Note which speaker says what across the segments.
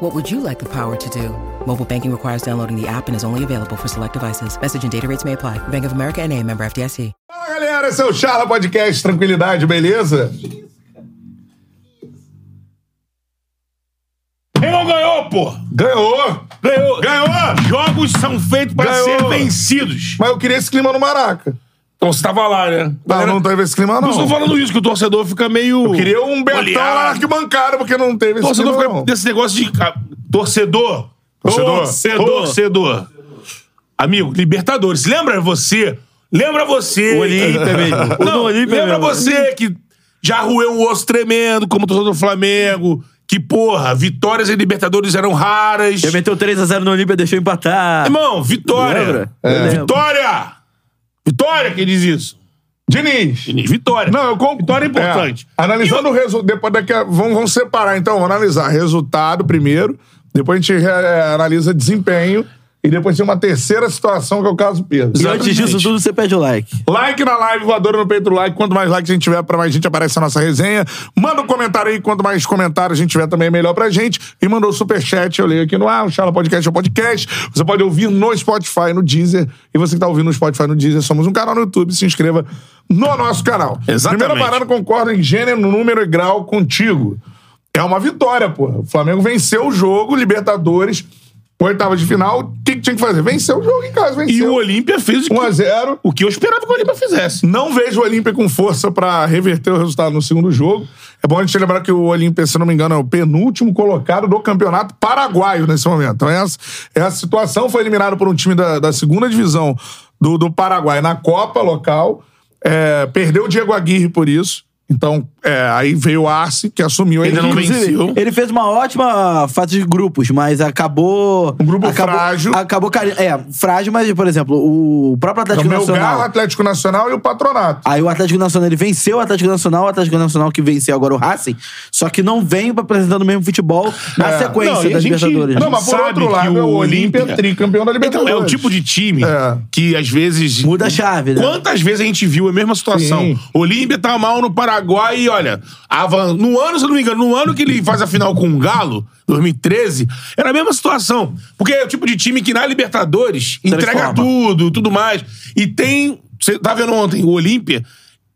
Speaker 1: What would you like the power to do? Mobile banking requires downloading the app and is only available for select devices. Message and data rates may apply. Bank of America and a member FDIC.
Speaker 2: Fala galera, esse é o Charla Podcast, tranquilidade, beleza?
Speaker 3: Ganhou, ganhou, pô!
Speaker 2: Ganhou!
Speaker 3: Ganhou!
Speaker 2: Ganhou!
Speaker 3: Jogos são feitos pra
Speaker 2: Ganhou.
Speaker 3: ser vencidos.
Speaker 2: Mas eu queria esse clima no Maraca.
Speaker 3: Então você tava lá, né?
Speaker 2: Não, não teve esse clima, não.
Speaker 3: Não estou falando isso, que o torcedor fica meio.
Speaker 2: Queria um Betão lá
Speaker 3: Oleado.
Speaker 2: na arquibancada, porque não teve
Speaker 3: O
Speaker 2: esse
Speaker 3: torcedor
Speaker 2: clima,
Speaker 3: fica
Speaker 2: não.
Speaker 3: desse negócio de. ah, Torcedor.
Speaker 2: Torcedor.
Speaker 3: Torcedor. Torcedor. Amigo, Libertadores. Lembra você? Lembra você.
Speaker 4: Olímpia, meu irmão. O
Speaker 3: Não,
Speaker 4: do Olímpia
Speaker 3: lembra
Speaker 4: mesmo.
Speaker 3: você que já roeu um osso tremendo como torcedor do Flamengo. Que, porra, vitórias em Libertadores eram raras.
Speaker 4: Já meteu 3x0 no Olímpia, deixou empatar.
Speaker 3: Irmão, vitória.
Speaker 4: Lembra?
Speaker 3: É.
Speaker 4: Eu lembro.
Speaker 3: Vitória! Vitória quem diz isso.
Speaker 2: Diniz!
Speaker 3: Diniz, Vitória.
Speaker 2: Não, eu concordo.
Speaker 3: Vitória é importante.
Speaker 2: É. Analisando o resultado, depois daqui a... vamos, vamos separar, então. Vamos analisar resultado primeiro, depois a gente re- é, analisa desempenho, e depois tem uma terceira situação, que é o caso Pedro.
Speaker 4: E antes disso tudo, você pede o like.
Speaker 2: Like na live, voadora no peito do like. Quanto mais like a gente tiver, pra mais gente aparece a nossa resenha. Manda um comentário aí. Quanto mais comentário a gente tiver, também é melhor pra gente. E mandou o superchat, eu leio aqui no ar. O Charla Podcast é o podcast. Você pode ouvir no Spotify, no Deezer. E você que tá ouvindo no Spotify, no Deezer, somos um canal no YouTube. Se inscreva no nosso canal.
Speaker 3: Exatamente.
Speaker 2: Primeira parada, concordo em gênero, número e grau contigo. É uma vitória, porra. O Flamengo venceu o jogo, Libertadores, oitava de final. O que, que tinha que fazer? Venceu o jogo em casa,
Speaker 3: E o
Speaker 2: venceu.
Speaker 3: Olímpia fez o que,
Speaker 2: 1x0.
Speaker 3: o que eu esperava que o Olímpia fizesse.
Speaker 2: Não vejo o Olímpia com força pra reverter o resultado no segundo jogo. É bom a gente lembrar que o Olímpia, se não me engano, é o penúltimo colocado do campeonato paraguaio nesse momento. Então, essa, essa situação foi eliminada por um time da, da segunda divisão do, do Paraguai na Copa local. É, perdeu o Diego Aguirre por isso. Então, é, aí veio o Arce, que assumiu
Speaker 3: Ainda não
Speaker 2: Inclusive,
Speaker 3: venceu.
Speaker 4: Ele fez uma ótima fase de grupos, mas acabou.
Speaker 2: Um grupo
Speaker 4: acabou,
Speaker 2: frágil.
Speaker 4: Acabou. cari- É, frágil, mas, por exemplo, o próprio
Speaker 2: É o
Speaker 4: Atlético
Speaker 2: meu
Speaker 4: Nacional.
Speaker 2: garro, Atlético Nacional e o Patronato.
Speaker 4: Aí o Atlético Nacional, ele venceu o Atlético Nacional, o Atlético Nacional que venceu agora o Racing, só que não vem apresentando o mesmo futebol na
Speaker 2: É.
Speaker 4: sequência
Speaker 3: Não, e a
Speaker 4: das
Speaker 3: gente-
Speaker 4: Libertadores. né?
Speaker 3: a
Speaker 2: Não,
Speaker 3: gente
Speaker 2: mas por
Speaker 3: sabe
Speaker 2: outro
Speaker 3: que
Speaker 2: lado,
Speaker 3: o
Speaker 2: é o Olímpia é
Speaker 3: Olímpia-
Speaker 2: tricampeão da
Speaker 3: Então,
Speaker 2: Libertadores.
Speaker 3: é o tipo de time
Speaker 2: É.
Speaker 3: que às vezes.
Speaker 4: Muda a chave, né?
Speaker 3: Quantas vezes a gente viu a mesma situação?
Speaker 2: Sim.
Speaker 3: Olímpia tá mal no Paraguai e olha, avan... no ano, se eu não me engano, no ano que ele faz a final com o Galo, 2013, era a mesma situação. Porque é o tipo de time que na Libertadores entrega
Speaker 4: Transforma.
Speaker 3: tudo, tudo mais. E tem. Você tá vendo ontem, o Olímpia.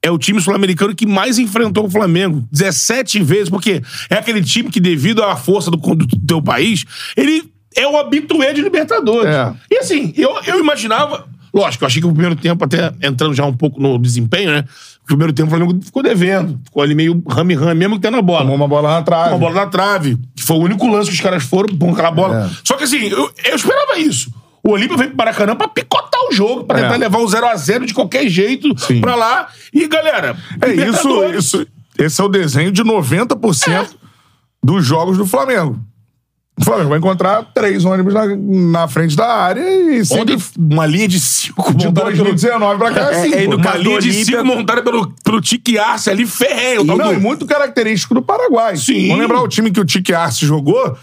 Speaker 3: É o time sul-americano que mais enfrentou o Flamengo. 17 vezes, porque é aquele time que, devido à força do, do teu país, ele é o habitué de Libertadores.
Speaker 2: É.
Speaker 3: E assim, eu, eu imaginava. Lógico, eu achei que o primeiro tempo, até entrando já um pouco no desempenho, né? O primeiro tempo o Flamengo ficou devendo. Ficou ali meio rame-rame mesmo que tendo a bola.
Speaker 2: Tomou uma bola na trave.
Speaker 3: Uma bola na trave, que foi o único lance que os caras foram, bom, aquela bola.
Speaker 2: É.
Speaker 3: Só que assim, eu, eu esperava isso. O Olímpia veio pro Maracanã pra picotar o jogo, pra
Speaker 2: É.
Speaker 3: tentar levar um o 0x0 de qualquer jeito
Speaker 2: Sim.
Speaker 3: pra lá. E, galera,
Speaker 2: É isso,
Speaker 3: Libertadores- É.
Speaker 2: isso. Esse é o desenho de 90% dos jogos do Flamengo. O Flamengo vai encontrar três ônibus na, na frente da área e sempre
Speaker 3: Ontem, uma linha de cinco
Speaker 2: de
Speaker 3: montada pelo
Speaker 2: 2019 pra cá,
Speaker 4: É,
Speaker 2: assim,
Speaker 4: é
Speaker 2: pô.
Speaker 4: educa-
Speaker 3: Uma linha de
Speaker 4: Olímpia-
Speaker 3: cinco montada pelo, pelo Tique Arce ali, ferreiro. tal,
Speaker 2: Não,
Speaker 3: do-
Speaker 2: e muito característico do Paraguai.
Speaker 3: Sim.
Speaker 2: Vamos lembrar o time que o Tique Arce jogou,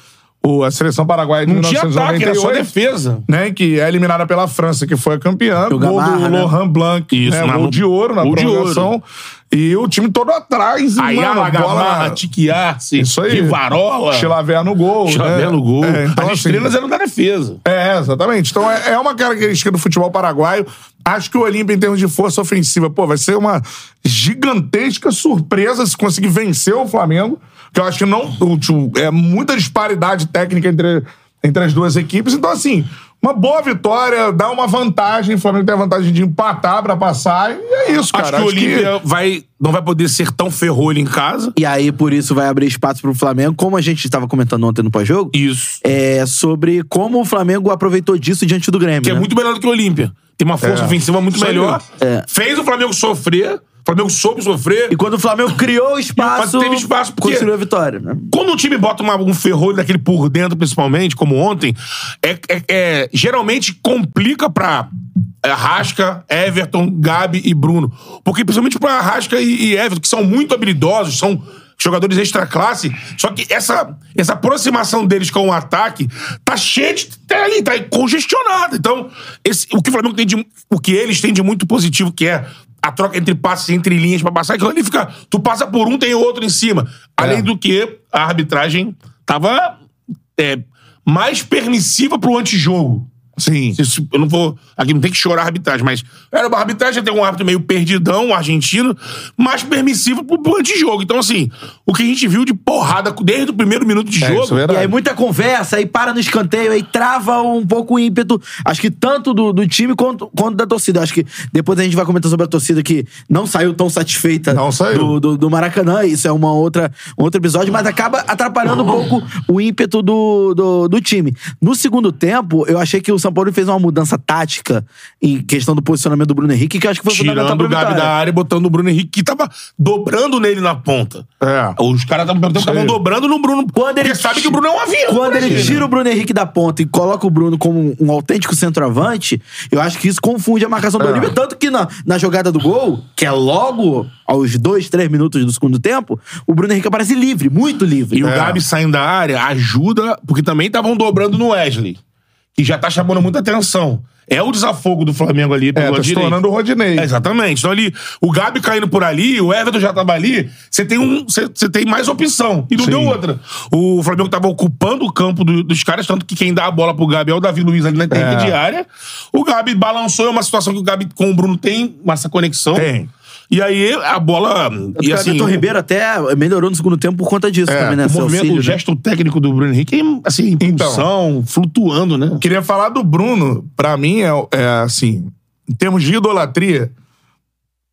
Speaker 2: o- a seleção paraguaia de
Speaker 3: Não tinha um ataque, era só
Speaker 2: 1998,
Speaker 3: defesa.
Speaker 2: né, que é eliminada pela França, que foi a campeã.
Speaker 4: O
Speaker 2: gol do
Speaker 4: Gamarra, né?
Speaker 2: Lohan Blanc,
Speaker 3: Isso,
Speaker 2: né,
Speaker 3: na-
Speaker 2: gol de ouro na
Speaker 3: gol de
Speaker 2: prorrogação. E o time todo atrás,
Speaker 3: Aí
Speaker 2: mano,
Speaker 3: a Gamarra,
Speaker 2: bola...
Speaker 3: Tique Arce,
Speaker 2: Isso aí.
Speaker 3: Rivarola,
Speaker 2: Chilavé no gol.
Speaker 3: Chilavé
Speaker 2: né?
Speaker 3: no gol.
Speaker 2: É, então,
Speaker 3: As
Speaker 2: assim,
Speaker 3: estrelas eram da defesa.
Speaker 2: É, exatamente. Então é, é uma característica do futebol paraguaio. Acho que o Olímpia, em termos de força ofensiva, pô, vai ser uma gigantesca surpresa se conseguir vencer o Flamengo. Que eu acho que não. o- o- É muita disparidade técnica entre, entre as duas equipes. Então, assim, uma boa vitória, dá uma vantagem. O Flamengo tem a vantagem de empatar pra passar. E é isso, cara.
Speaker 3: acho que é. o Olímpia vai, não vai poder ser tão ferrolho em casa.
Speaker 4: E aí, por isso, vai abrir espaço pro Flamengo, como a gente estava comentando ontem no pós-jogo,
Speaker 3: Isso.
Speaker 4: é sobre como o Flamengo aproveitou disso diante do Grêmio.
Speaker 3: Que é
Speaker 4: né?
Speaker 3: muito melhor do que o Olímpia. Tem uma força
Speaker 2: É.
Speaker 3: ofensiva muito
Speaker 2: Isso aí.
Speaker 3: melhor.
Speaker 4: É.
Speaker 3: Fez o Flamengo sofrer. O Flamengo soube sofrer.
Speaker 4: E quando o Flamengo criou o espaço,
Speaker 3: Mas teve espaço porque-
Speaker 4: construiu a vitória, né?
Speaker 3: Quando um time bota uma- um ferrolho daquele por dentro, principalmente, como ontem, é, é- é- geralmente complica pra é, Rasca, Everton, Gabi e Bruno. Porque principalmente pra Rasca e, e Everton, que são muito habilidosos, são jogadores extra classe, só que essa, essa aproximação deles com o ataque tá cheia de... tá ali, tá congestionada. Então, esse- o que o Flamengo tem de... o que eles têm de muito positivo, que é a troca entre passes, entre linhas pra passar, que ali fica... tu passa por um, tem outro em cima.
Speaker 2: É.
Speaker 3: Além do que a arbitragem tava é, mais permissiva pro antijogo.
Speaker 2: Sim.
Speaker 3: Isso, eu não vou. Aqui não tem que chorar a arbitragem, mas era uma arbitragem, tem um árbitro meio perdidão, um argentino, mais permissivo pro, pro antijogo. Então, assim, o que a gente viu de porrada desde o primeiro minuto de
Speaker 2: É,
Speaker 3: jogo.
Speaker 2: isso é verdade.
Speaker 4: E aí muita conversa, aí para no escanteio, aí trava um pouco o ímpeto, acho que tanto do, do time quanto, quanto da torcida. Acho que depois a gente vai comentar sobre a torcida que não saiu tão satisfeita
Speaker 2: Não saiu.
Speaker 4: Do, do, do Maracanã, isso é uma outra, um outro episódio, mas acaba atrapalhando um pouco o ímpeto do, do, do time. No segundo tempo, eu achei que o São Paulo fez uma mudança tática em questão do posicionamento do Bruno Henrique, que eu acho que foi fundamental
Speaker 3: Tirando
Speaker 4: pra
Speaker 3: o Gabi
Speaker 4: vitória.
Speaker 3: da área e botando o Bruno Henrique, que tava dobrando nele na ponta.
Speaker 2: É.
Speaker 3: Os caras
Speaker 2: Isso
Speaker 3: estavam
Speaker 2: aí.
Speaker 3: dobrando no Bruno.
Speaker 4: Quando ele
Speaker 3: porque sabe que o Bruno é um avião.
Speaker 4: Quando
Speaker 3: né,
Speaker 4: ele
Speaker 3: gente?
Speaker 4: tira o Bruno Henrique da ponta e coloca o Bruno como um- um autêntico centroavante, eu acho que isso confunde a marcação do
Speaker 2: É.
Speaker 4: Olímpio. Tanto que na, na jogada do gol, que é logo aos dois, três minutos do segundo tempo, o Bruno Henrique aparece livre, muito livre.
Speaker 3: E o
Speaker 2: É.
Speaker 3: Gabi saindo da área ajuda, porque também estavam dobrando no Wesley, que já tá chamando muita atenção. É o desafogo do Flamengo ali
Speaker 2: É,
Speaker 3: pelo
Speaker 2: tá
Speaker 3: lado
Speaker 2: se
Speaker 3: direito.
Speaker 2: tornando o Rodinei.
Speaker 3: É, exatamente. Então ali, o Gabi caindo por ali, o Everton já tava ali, você tem um, você você tem mais opção. E não
Speaker 2: Sim.
Speaker 3: deu outra. O Flamengo tava ocupando o campo do- dos caras, tanto que quem dá a bola pro Gabi é o Davi Luiz ali na
Speaker 2: É.
Speaker 3: intermediária. O Gabi balançou, é uma situação que o Gabi com o Bruno tem essa conexão.
Speaker 2: Tem.
Speaker 3: E aí a bola
Speaker 4: E
Speaker 3: e
Speaker 4: o
Speaker 3: assim,
Speaker 4: Everton Ribeiro até melhorou no segundo tempo por conta disso
Speaker 2: É,
Speaker 4: também, né?
Speaker 3: o,
Speaker 4: esse
Speaker 3: movimento,
Speaker 4: auxílio,
Speaker 3: o
Speaker 4: né?
Speaker 3: gesto técnico do Bruno Henrique é assim, impulsão, flutuando, né?
Speaker 2: Queria falar do Bruno. Pra mim, é, é, assim, em termos de idolatria,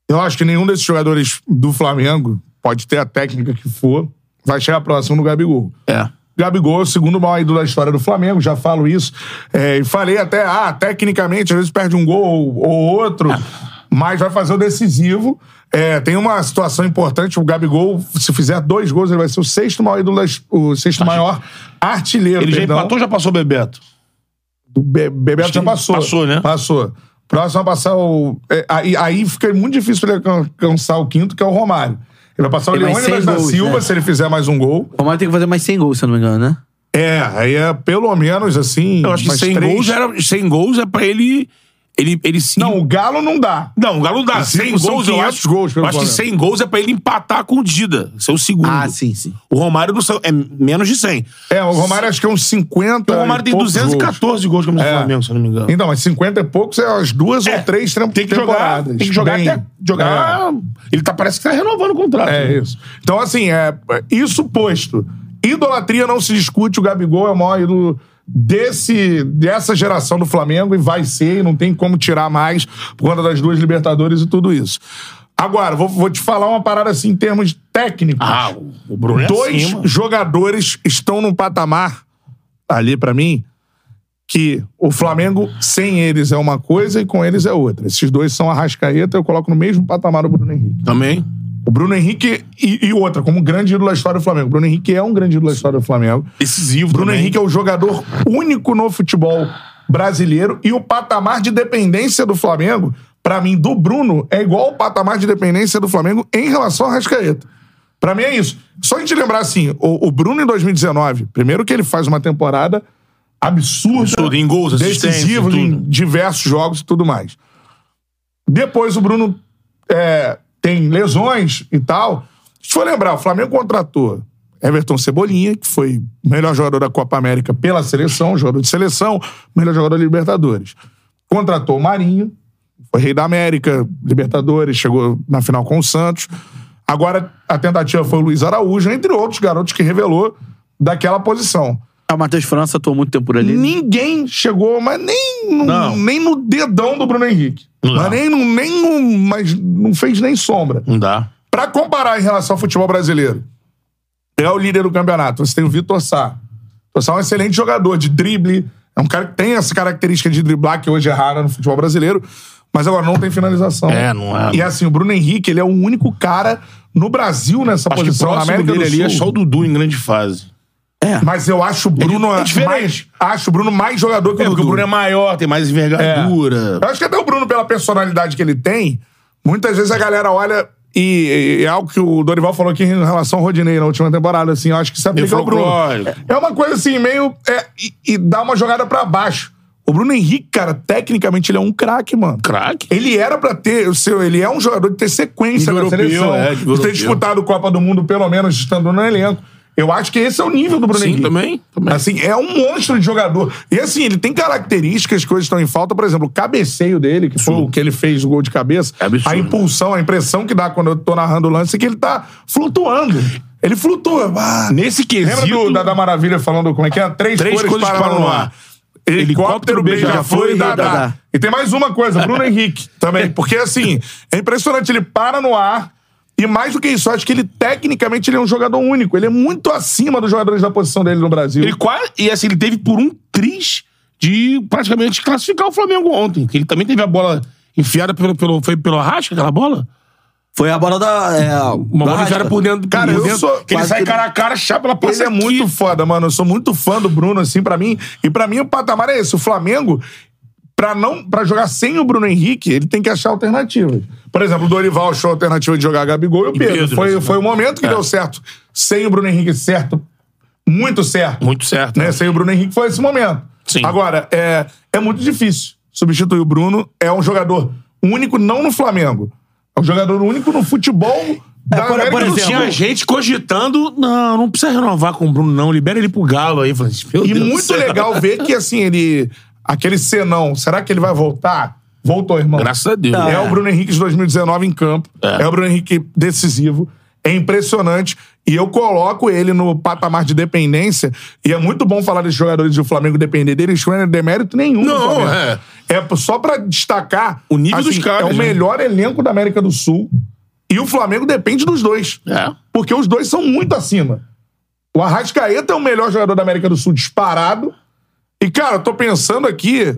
Speaker 2: eu acho que nenhum desses jogadores do Flamengo, pode ter a técnica que for, vai chegar próximo do Gabigol.
Speaker 3: É.
Speaker 2: Gabigol é o segundo maior ídolo da história do Flamengo, já falo isso. É, e falei até, ah, tecnicamente, às vezes perde um gol ou, ou outro, mas vai fazer o decisivo. É, tem uma situação importante, o Gabigol, se fizer dois gols, ele vai ser o sexto maior ídolo, da, his- o sexto maior artilheiro,
Speaker 3: Ele já
Speaker 2: perdão.
Speaker 3: empatou ou já passou o Bebeto?
Speaker 2: O Be Bebeto já
Speaker 3: que
Speaker 2: passou.
Speaker 3: passou, né?
Speaker 2: Passou. Próximo a passar o. é, aí, aí fica muito difícil ele alcan- alcançar o quinto, que é o Romário. Ele vai passar o
Speaker 4: Ele vai
Speaker 2: Leônidas
Speaker 4: sem
Speaker 2: da
Speaker 4: gols,
Speaker 2: Silva,
Speaker 4: né?
Speaker 2: se ele fizer mais um gol.
Speaker 4: O Romário tem que fazer mais 100 gols, se eu não me engano, né?
Speaker 2: É, aí é pelo menos assim.
Speaker 3: Eu acho que
Speaker 2: umas
Speaker 3: 100
Speaker 2: três-
Speaker 3: gols, era, 100 gols é pra ele. Ele, ele se.
Speaker 2: Não, o Galo não dá.
Speaker 3: Não, o Galo dá.
Speaker 2: Assim,
Speaker 3: 100
Speaker 2: são
Speaker 3: gols, eu
Speaker 2: 500
Speaker 3: acho.
Speaker 2: gols pelo
Speaker 3: eu acho que
Speaker 2: Flamengo.
Speaker 3: 100 gols é pra ele empatar com o Dida. Esse é o segundo.
Speaker 4: Ah, sim, sim.
Speaker 3: O Romário não são, é menos de 100.
Speaker 2: É, o Romário acho que é uns 50.
Speaker 3: O Romário
Speaker 2: e
Speaker 3: tem
Speaker 2: poucos
Speaker 3: 214 gols, como é.
Speaker 2: É.
Speaker 3: o Flamengo, se eu não me
Speaker 2: gols.
Speaker 3: engano.
Speaker 2: Então, mas 50 e poucos é as duas
Speaker 3: É,
Speaker 2: ou três tem
Speaker 3: Tem que jogar. Tem que jogar até. Jogar. Ele tá, parece que tá renovando o contrato.
Speaker 2: É
Speaker 3: né?
Speaker 2: isso. Então, assim, é, isso posto. Idolatria não se discute, o Gabigol é o maior ídolo desse, dessa geração do Flamengo e vai ser, e não tem como tirar mais por conta das duas Libertadores e tudo isso. Agora, vou, vou te falar uma parada assim em termos técnicos.
Speaker 3: Ah, o- o Bruno é
Speaker 2: Dois
Speaker 3: assim, mano.
Speaker 2: jogadores estão num patamar ali pra mim que o Flamengo sem eles é uma coisa e com eles é outra. Esses dois são a Rascaeta, eu coloco no mesmo patamar o Bruno Henrique.
Speaker 3: Também.
Speaker 2: O Bruno Henrique e, e outra, como grande ídolo da história do Flamengo. O Bruno Henrique é um grande ídolo da história do Flamengo.
Speaker 3: Decisivo.
Speaker 2: Bruno
Speaker 3: também.
Speaker 2: Henrique é o jogador único no futebol brasileiro e o patamar de dependência do Flamengo, pra mim, do Bruno, é igual o patamar de dependência do Flamengo em relação ao Rascaeta. Pra mim é isso. Só a gente lembrar assim, o, o Bruno em 2019, primeiro que ele faz uma temporada absurda,
Speaker 3: Absurda, em gols, assistência,
Speaker 2: decisiva em
Speaker 3: tudo.
Speaker 2: diversos jogos e tudo mais. Depois o Bruno é, tem lesões e tal. Se for lembrar, o Flamengo contratou Everton Cebolinha, que foi o melhor jogador da Copa América pela seleção, jogador de seleção, melhor jogador da Libertadores. Contratou o Marinho, foi rei da América, Libertadores, chegou na final com o Santos. Agora a tentativa foi o Luiz Araújo, entre outros garotos que revelou daquela posição.
Speaker 4: É o Matheus França atuou muito tempo por ali.
Speaker 2: Ninguém chegou, mas nem no,
Speaker 3: Não.
Speaker 2: nem no dedão do Bruno Henrique.
Speaker 3: Não.
Speaker 2: Mas nem, no- nem no- mas não fez nem sombra.
Speaker 3: Não dá.
Speaker 2: Pra comparar em relação ao futebol brasileiro, é o líder do campeonato. Você tem o Vitor Sá. Vitor Sá é um excelente jogador de drible. É um cara que tem essa característica de driblar, que hoje é rara no futebol brasileiro. Mas agora não tem finalização.
Speaker 3: É, não é.
Speaker 2: E assim, o Bruno Henrique, ele é o único cara no Brasil nessa
Speaker 3: Acho
Speaker 2: Tá
Speaker 3: que o
Speaker 2: posição. na
Speaker 3: próximo
Speaker 2: América
Speaker 3: dele
Speaker 2: do
Speaker 3: ali
Speaker 2: Sul.
Speaker 3: é só o Dudu em grande fase.
Speaker 2: Mas eu acho o Bruno
Speaker 3: É diferente.
Speaker 2: mais, acho o Bruno mais jogador que
Speaker 3: É,
Speaker 2: o Dudu.
Speaker 3: porque o Bruno é maior, tem mais
Speaker 4: É.
Speaker 3: envergadura.
Speaker 2: Eu acho que até o Bruno, pela personalidade que ele tem, muitas vezes a galera olha e, e é algo que o Dorival falou aqui em relação ao Rodinei na última temporada, assim, eu acho que se aplica
Speaker 3: Meio
Speaker 2: ao Bruno.
Speaker 3: folclórico.
Speaker 2: É uma coisa assim, meio... é, e, e dá uma jogada pra baixo. O Bruno Henrique, cara, tecnicamente ele é um craque, mano.
Speaker 3: Craque.
Speaker 2: Ele era pra ter, o seu, ele é um jogador de ter sequência na
Speaker 3: Nível europeu,
Speaker 2: seleção,
Speaker 3: é,
Speaker 2: de
Speaker 3: nível
Speaker 2: ter
Speaker 3: europeu.
Speaker 2: disputado Copa do Mundo pelo menos estando no elenco. Eu acho que esse é o nível do Bruno
Speaker 3: Sim,
Speaker 2: Henrique.
Speaker 3: também, também.
Speaker 2: Assim, é um monstro de jogador. E assim, ele tem características que hoje estão em falta, por exemplo, o cabeceio dele, que foi o que ele fez o gol de cabeça,
Speaker 3: É absurdo.
Speaker 2: a impulsão, a impressão que dá quando eu tô narrando o lance é que ele tá flutuando. Ele flutua. Ah,
Speaker 3: Nesse quesito.
Speaker 2: Lembra do, da, da Maravilha falando como é que é? Três,
Speaker 3: Três
Speaker 2: cores,
Speaker 3: coisas
Speaker 2: para
Speaker 3: param
Speaker 2: no
Speaker 3: no
Speaker 2: ar.
Speaker 3: ar.
Speaker 2: Helicóptero,
Speaker 3: Helicóptero,
Speaker 2: beija-flor e
Speaker 4: beija-flor e
Speaker 2: dadá.
Speaker 4: Dadá.
Speaker 2: E tem mais uma coisa, Bruno Henrique também. Porque, assim, é impressionante. Ele para no ar. E mais do que isso, acho que ele, tecnicamente, ele é um jogador único. Ele é muito acima dos jogadores da posição dele no Brasil.
Speaker 3: Ele quase. E assim, ele teve por um tris de praticamente classificar o Flamengo ontem. Que ele também teve a bola enfiada pelo. pelo foi pelo Arrasca, aquela bola?
Speaker 4: Foi a bola da. É,
Speaker 3: Uma bola
Speaker 4: da Rasca.
Speaker 3: enfiada por dentro.
Speaker 2: Cara,
Speaker 3: por
Speaker 2: eu
Speaker 3: dentro,
Speaker 2: sou-
Speaker 3: Que ele
Speaker 4: quase
Speaker 3: sai
Speaker 4: que-
Speaker 3: cara a cara, chapa, ela
Speaker 2: Ele
Speaker 3: passa
Speaker 2: é
Speaker 3: aqui.
Speaker 2: muito foda, mano. Eu sou muito fã do Bruno, assim, pra mim. E pra mim, o patamar é esse. O Flamengo, pra, não, pra jogar sem o Bruno Henrique, ele tem que achar alternativas. Por exemplo, o Dorival achou a alternativa de jogar Gabigol e o Pedro. É.
Speaker 3: Pedro,
Speaker 2: foi,
Speaker 3: né?
Speaker 2: foi o momento que deu certo. Sem o Bruno Henrique, certo. Muito certo.
Speaker 3: Muito certo.
Speaker 2: Né? Sem o Bruno Henrique, foi esse momento.
Speaker 3: Sim.
Speaker 2: Agora, é, é muito difícil substituir o Bruno. É um jogador único, não no Flamengo. É um jogador único no futebol da
Speaker 4: É, por-
Speaker 2: América
Speaker 4: por
Speaker 2: do
Speaker 4: exemplo,
Speaker 2: Sul.
Speaker 3: Tinha gente cogitando. Não, não precisa renovar com o Bruno, não. Libera ele pro Galo aí. Eu Falei, assim, meu
Speaker 2: E
Speaker 3: Deus do
Speaker 2: muito
Speaker 3: céu.
Speaker 2: legal ver que, assim, ele. Aquele senão, será que ele vai voltar? Voltou, irmão.
Speaker 3: Graças a Deus.
Speaker 4: Tá.
Speaker 2: É o Bruno Henrique de 2019 em campo. É.
Speaker 3: É.
Speaker 2: o Bruno Henrique decisivo. É impressionante. E eu coloco ele no patamar de dependência. E é muito bom falar desses jogadores do Flamengo depender deles, que não é demérito nenhum. do
Speaker 3: Não,
Speaker 2: Flamengo.
Speaker 3: é.
Speaker 2: É só pra destacar.
Speaker 3: O nível dos
Speaker 2: É
Speaker 3: caras,
Speaker 2: o
Speaker 3: né?
Speaker 2: melhor elenco da América do Sul. E o Flamengo depende dos dois.
Speaker 3: É.
Speaker 2: Porque os dois são muito acima. O Arrascaeta é o melhor jogador da América do Sul disparado. E, cara, eu tô pensando aqui.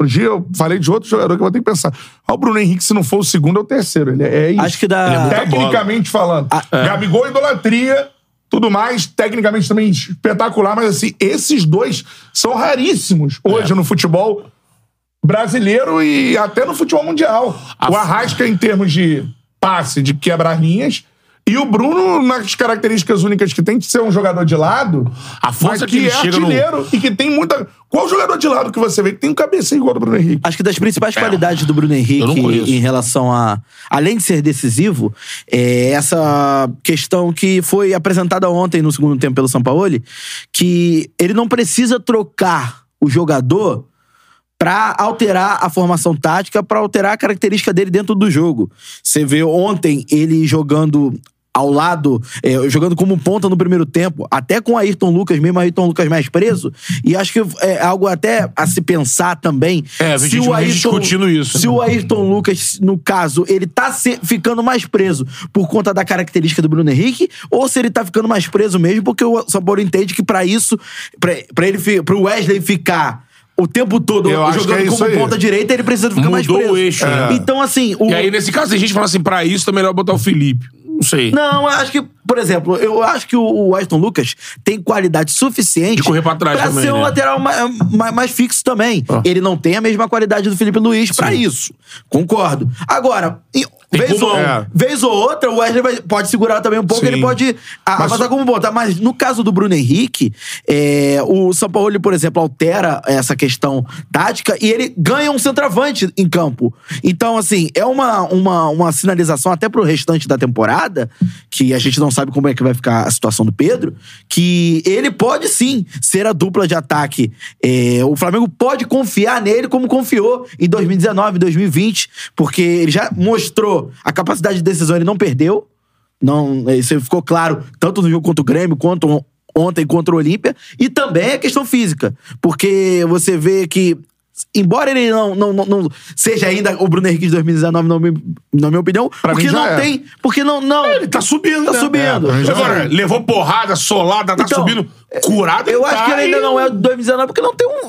Speaker 2: Outro dia eu falei de outro jogador que eu vou ter que pensar. Ah, o Bruno Henrique, se não for o segundo, é o terceiro. Ele é isso.
Speaker 4: Acho que Ah, é. da.
Speaker 3: Ele é muito-
Speaker 2: Tecnicamente falando. Gabigol, idolatria, tudo mais. Tecnicamente também espetacular. Mas, assim, esses dois são raríssimos
Speaker 4: É.
Speaker 2: hoje no futebol brasileiro e até no futebol mundial. O Arrasca em termos de passe, de quebrar linhas. E o Bruno, nas características únicas que tem de ser um jogador de lado,
Speaker 3: A
Speaker 2: mas
Speaker 3: força
Speaker 2: que,
Speaker 3: que, ele
Speaker 2: é
Speaker 3: chega no.
Speaker 2: artilheiro e que tem muita. Qual jogador de lado que você vê que tem um cabeça igual ao do Bruno Henrique?
Speaker 4: Acho que das principais qualidades do Bruno
Speaker 3: Eu não
Speaker 4: Henrique
Speaker 3: conheço.
Speaker 4: em relação a. Além de ser decisivo, é essa questão que foi apresentada ontem no segundo tempo pelo Sampaoli, que ele não precisa trocar o jogador pra alterar a formação tática, pra alterar a característica dele dentro do jogo. Você vê ontem ele jogando ao lado, é, jogando como ponta no primeiro tempo, até com Ayrton Lucas, mesmo Ayrton Lucas mais preso, e acho que é algo até a se pensar também.
Speaker 3: É, a gente vem discutindo isso.
Speaker 4: Se o Ayrton Lucas, no caso, ele tá se- ficando mais preso por conta da característica do Bruno Henrique, ou se ele tá ficando mais preso mesmo porque o Sabor entende que pra isso, pra pra ele, fi- pro Wesley ficar o tempo todo
Speaker 2: Eu acho
Speaker 4: jogando
Speaker 2: que é isso
Speaker 4: como
Speaker 2: aí.
Speaker 4: ponta direita, ele precisa ficar mais
Speaker 3: Mudou
Speaker 4: preso.
Speaker 3: o eixo, né?
Speaker 4: Então, assim, o...
Speaker 3: E aí, nesse caso, tem gente que fala assim: pra isso é melhor botar o Felipe. Não sei.
Speaker 4: Não, eu acho que, por exemplo, eu acho que o, o Aston Lucas tem qualidade suficiente
Speaker 3: De correr pra trás também,
Speaker 4: ser um
Speaker 3: né?
Speaker 4: lateral ma- ma- mais, fixo também.
Speaker 3: Ah.
Speaker 4: Ele não tem a mesma qualidade do Felipe Luiz pra isso. Concordo. Agora, em-
Speaker 3: Tem
Speaker 4: vez, ou,
Speaker 3: pulmão.
Speaker 2: É.
Speaker 4: vez ou outra, o Wesley vai- pode segurar também um pouco,
Speaker 3: Sim.
Speaker 4: ele pode a-
Speaker 2: Mas-
Speaker 4: avançar como botar. Mas no caso do Bruno Henrique, é, o Sampaoli, por exemplo, altera essa questão tática e ele ganha um centroavante em campo. Então, assim, é uma, uma, uma sinalização até pro restante da temporada, que a gente não sabe como é que vai ficar a situação do Pedro, que ele pode sim ser a dupla de ataque. É, o Flamengo pode confiar nele como confiou em 2019, 2020, porque ele já mostrou a é, capacidade de decisão, ele não perdeu. Não, isso ficou claro, tanto no jogo contra o Grêmio, quanto ontem contra o Olímpia, e também a questão física. Porque você vê que, embora ele não, não, não, não seja ainda o Bruno Henrique de 2019, na minha, na minha opinião,
Speaker 2: mim
Speaker 4: porque
Speaker 2: já
Speaker 4: não
Speaker 2: é.
Speaker 4: tem. Porque não. não
Speaker 3: Ele tá subindo,
Speaker 4: Tá
Speaker 3: né?
Speaker 4: subindo.
Speaker 2: É, pra mim já
Speaker 3: Agora, levou porrada, solada, tá
Speaker 4: Então,
Speaker 3: subindo, curado.
Speaker 4: Eu
Speaker 3: ele
Speaker 4: acho
Speaker 3: tá
Speaker 4: que ele ainda
Speaker 3: e-
Speaker 4: não é o de 2019, porque não tem um.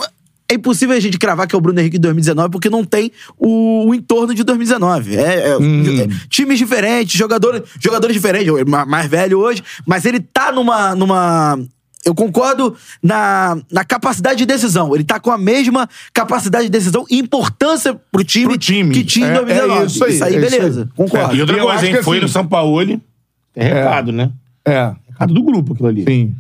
Speaker 4: É impossível a gente cravar que é o Bruno Henrique de 2019, porque não tem o, o entorno de 2019. É, é-
Speaker 2: Hum.
Speaker 4: é- times diferentes, jogadores, jogadores diferentes, ele ma- mais velho hoje, mas ele tá numa. numa eu concordo na, na capacidade de decisão. Ele tá com a mesma capacidade de decisão e importância pro time,
Speaker 2: Pro time.
Speaker 4: que tinha em
Speaker 2: É- é
Speaker 4: 2019.
Speaker 2: isso aí, é isso
Speaker 4: beleza.
Speaker 2: aí.
Speaker 4: Concordo.
Speaker 3: E outra
Speaker 2: Eu
Speaker 3: coisa,
Speaker 2: acho
Speaker 3: hein?
Speaker 2: que
Speaker 3: Foi
Speaker 2: assim-
Speaker 3: no São Paulo. É recado, né?
Speaker 2: É.
Speaker 3: Recado do grupo, aquilo ali.
Speaker 2: Sim.
Speaker 4: É no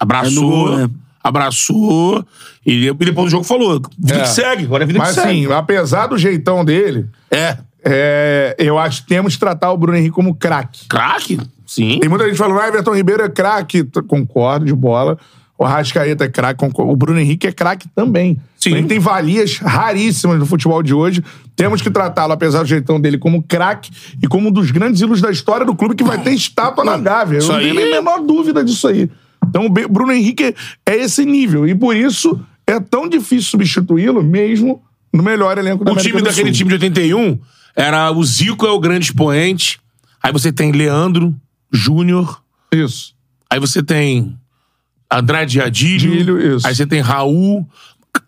Speaker 3: Abraçou.
Speaker 4: gol, né?
Speaker 3: Abraçou. E depois do jogo falou: vida
Speaker 2: É.
Speaker 3: que segue, agora é vida
Speaker 2: Mas
Speaker 3: que segue.
Speaker 2: assim, apesar do jeitão dele,
Speaker 3: É.
Speaker 2: é, eu acho que temos que tratar o Bruno Henrique como craque.
Speaker 3: Craque? Sim.
Speaker 2: Tem muita gente falando, ah, Everton Ribeiro é craque. T- Concordo, de bola. O Rascaeta é craque, concordo. O Bruno Henrique é craque também.
Speaker 3: Sim.
Speaker 2: Ele tem valias raríssimas no futebol de hoje. Temos que tratá-lo, apesar do jeitão dele, como craque e como um dos grandes ídolos da história do clube que vai ter estátua na Gávea. Eu
Speaker 3: isso
Speaker 2: não tenho
Speaker 3: aí-
Speaker 2: nem a menor dúvida disso aí. Então o Be- Bruno Henrique é- é esse nível. E por isso é tão difícil substituí-lo, mesmo no melhor elenco da
Speaker 3: O
Speaker 2: América
Speaker 3: time
Speaker 2: do
Speaker 3: daquele
Speaker 2: Sul.
Speaker 3: time de 81 era o Zico é o grande expoente. Aí você tem Leandro Júnior.
Speaker 2: Isso.
Speaker 3: Aí você tem Andrade Adílio.
Speaker 2: Adílio, isso.
Speaker 3: Aí você tem Raul.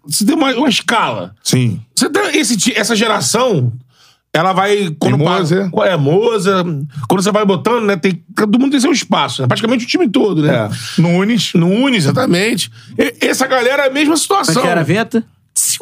Speaker 3: Você tem uma, uma escala.
Speaker 2: Sim.
Speaker 3: Você tem esse, ti- essa geração, ela vai. Quando pa-
Speaker 2: Moza.
Speaker 3: é, Moza. Quando você vai botando, né? Tem, todo mundo tem seu espaço. Né? Praticamente o time todo, né?
Speaker 2: Nunes.
Speaker 3: Nunes, exatamente. E- essa galera é a mesma situação.
Speaker 4: Como é que era a venta?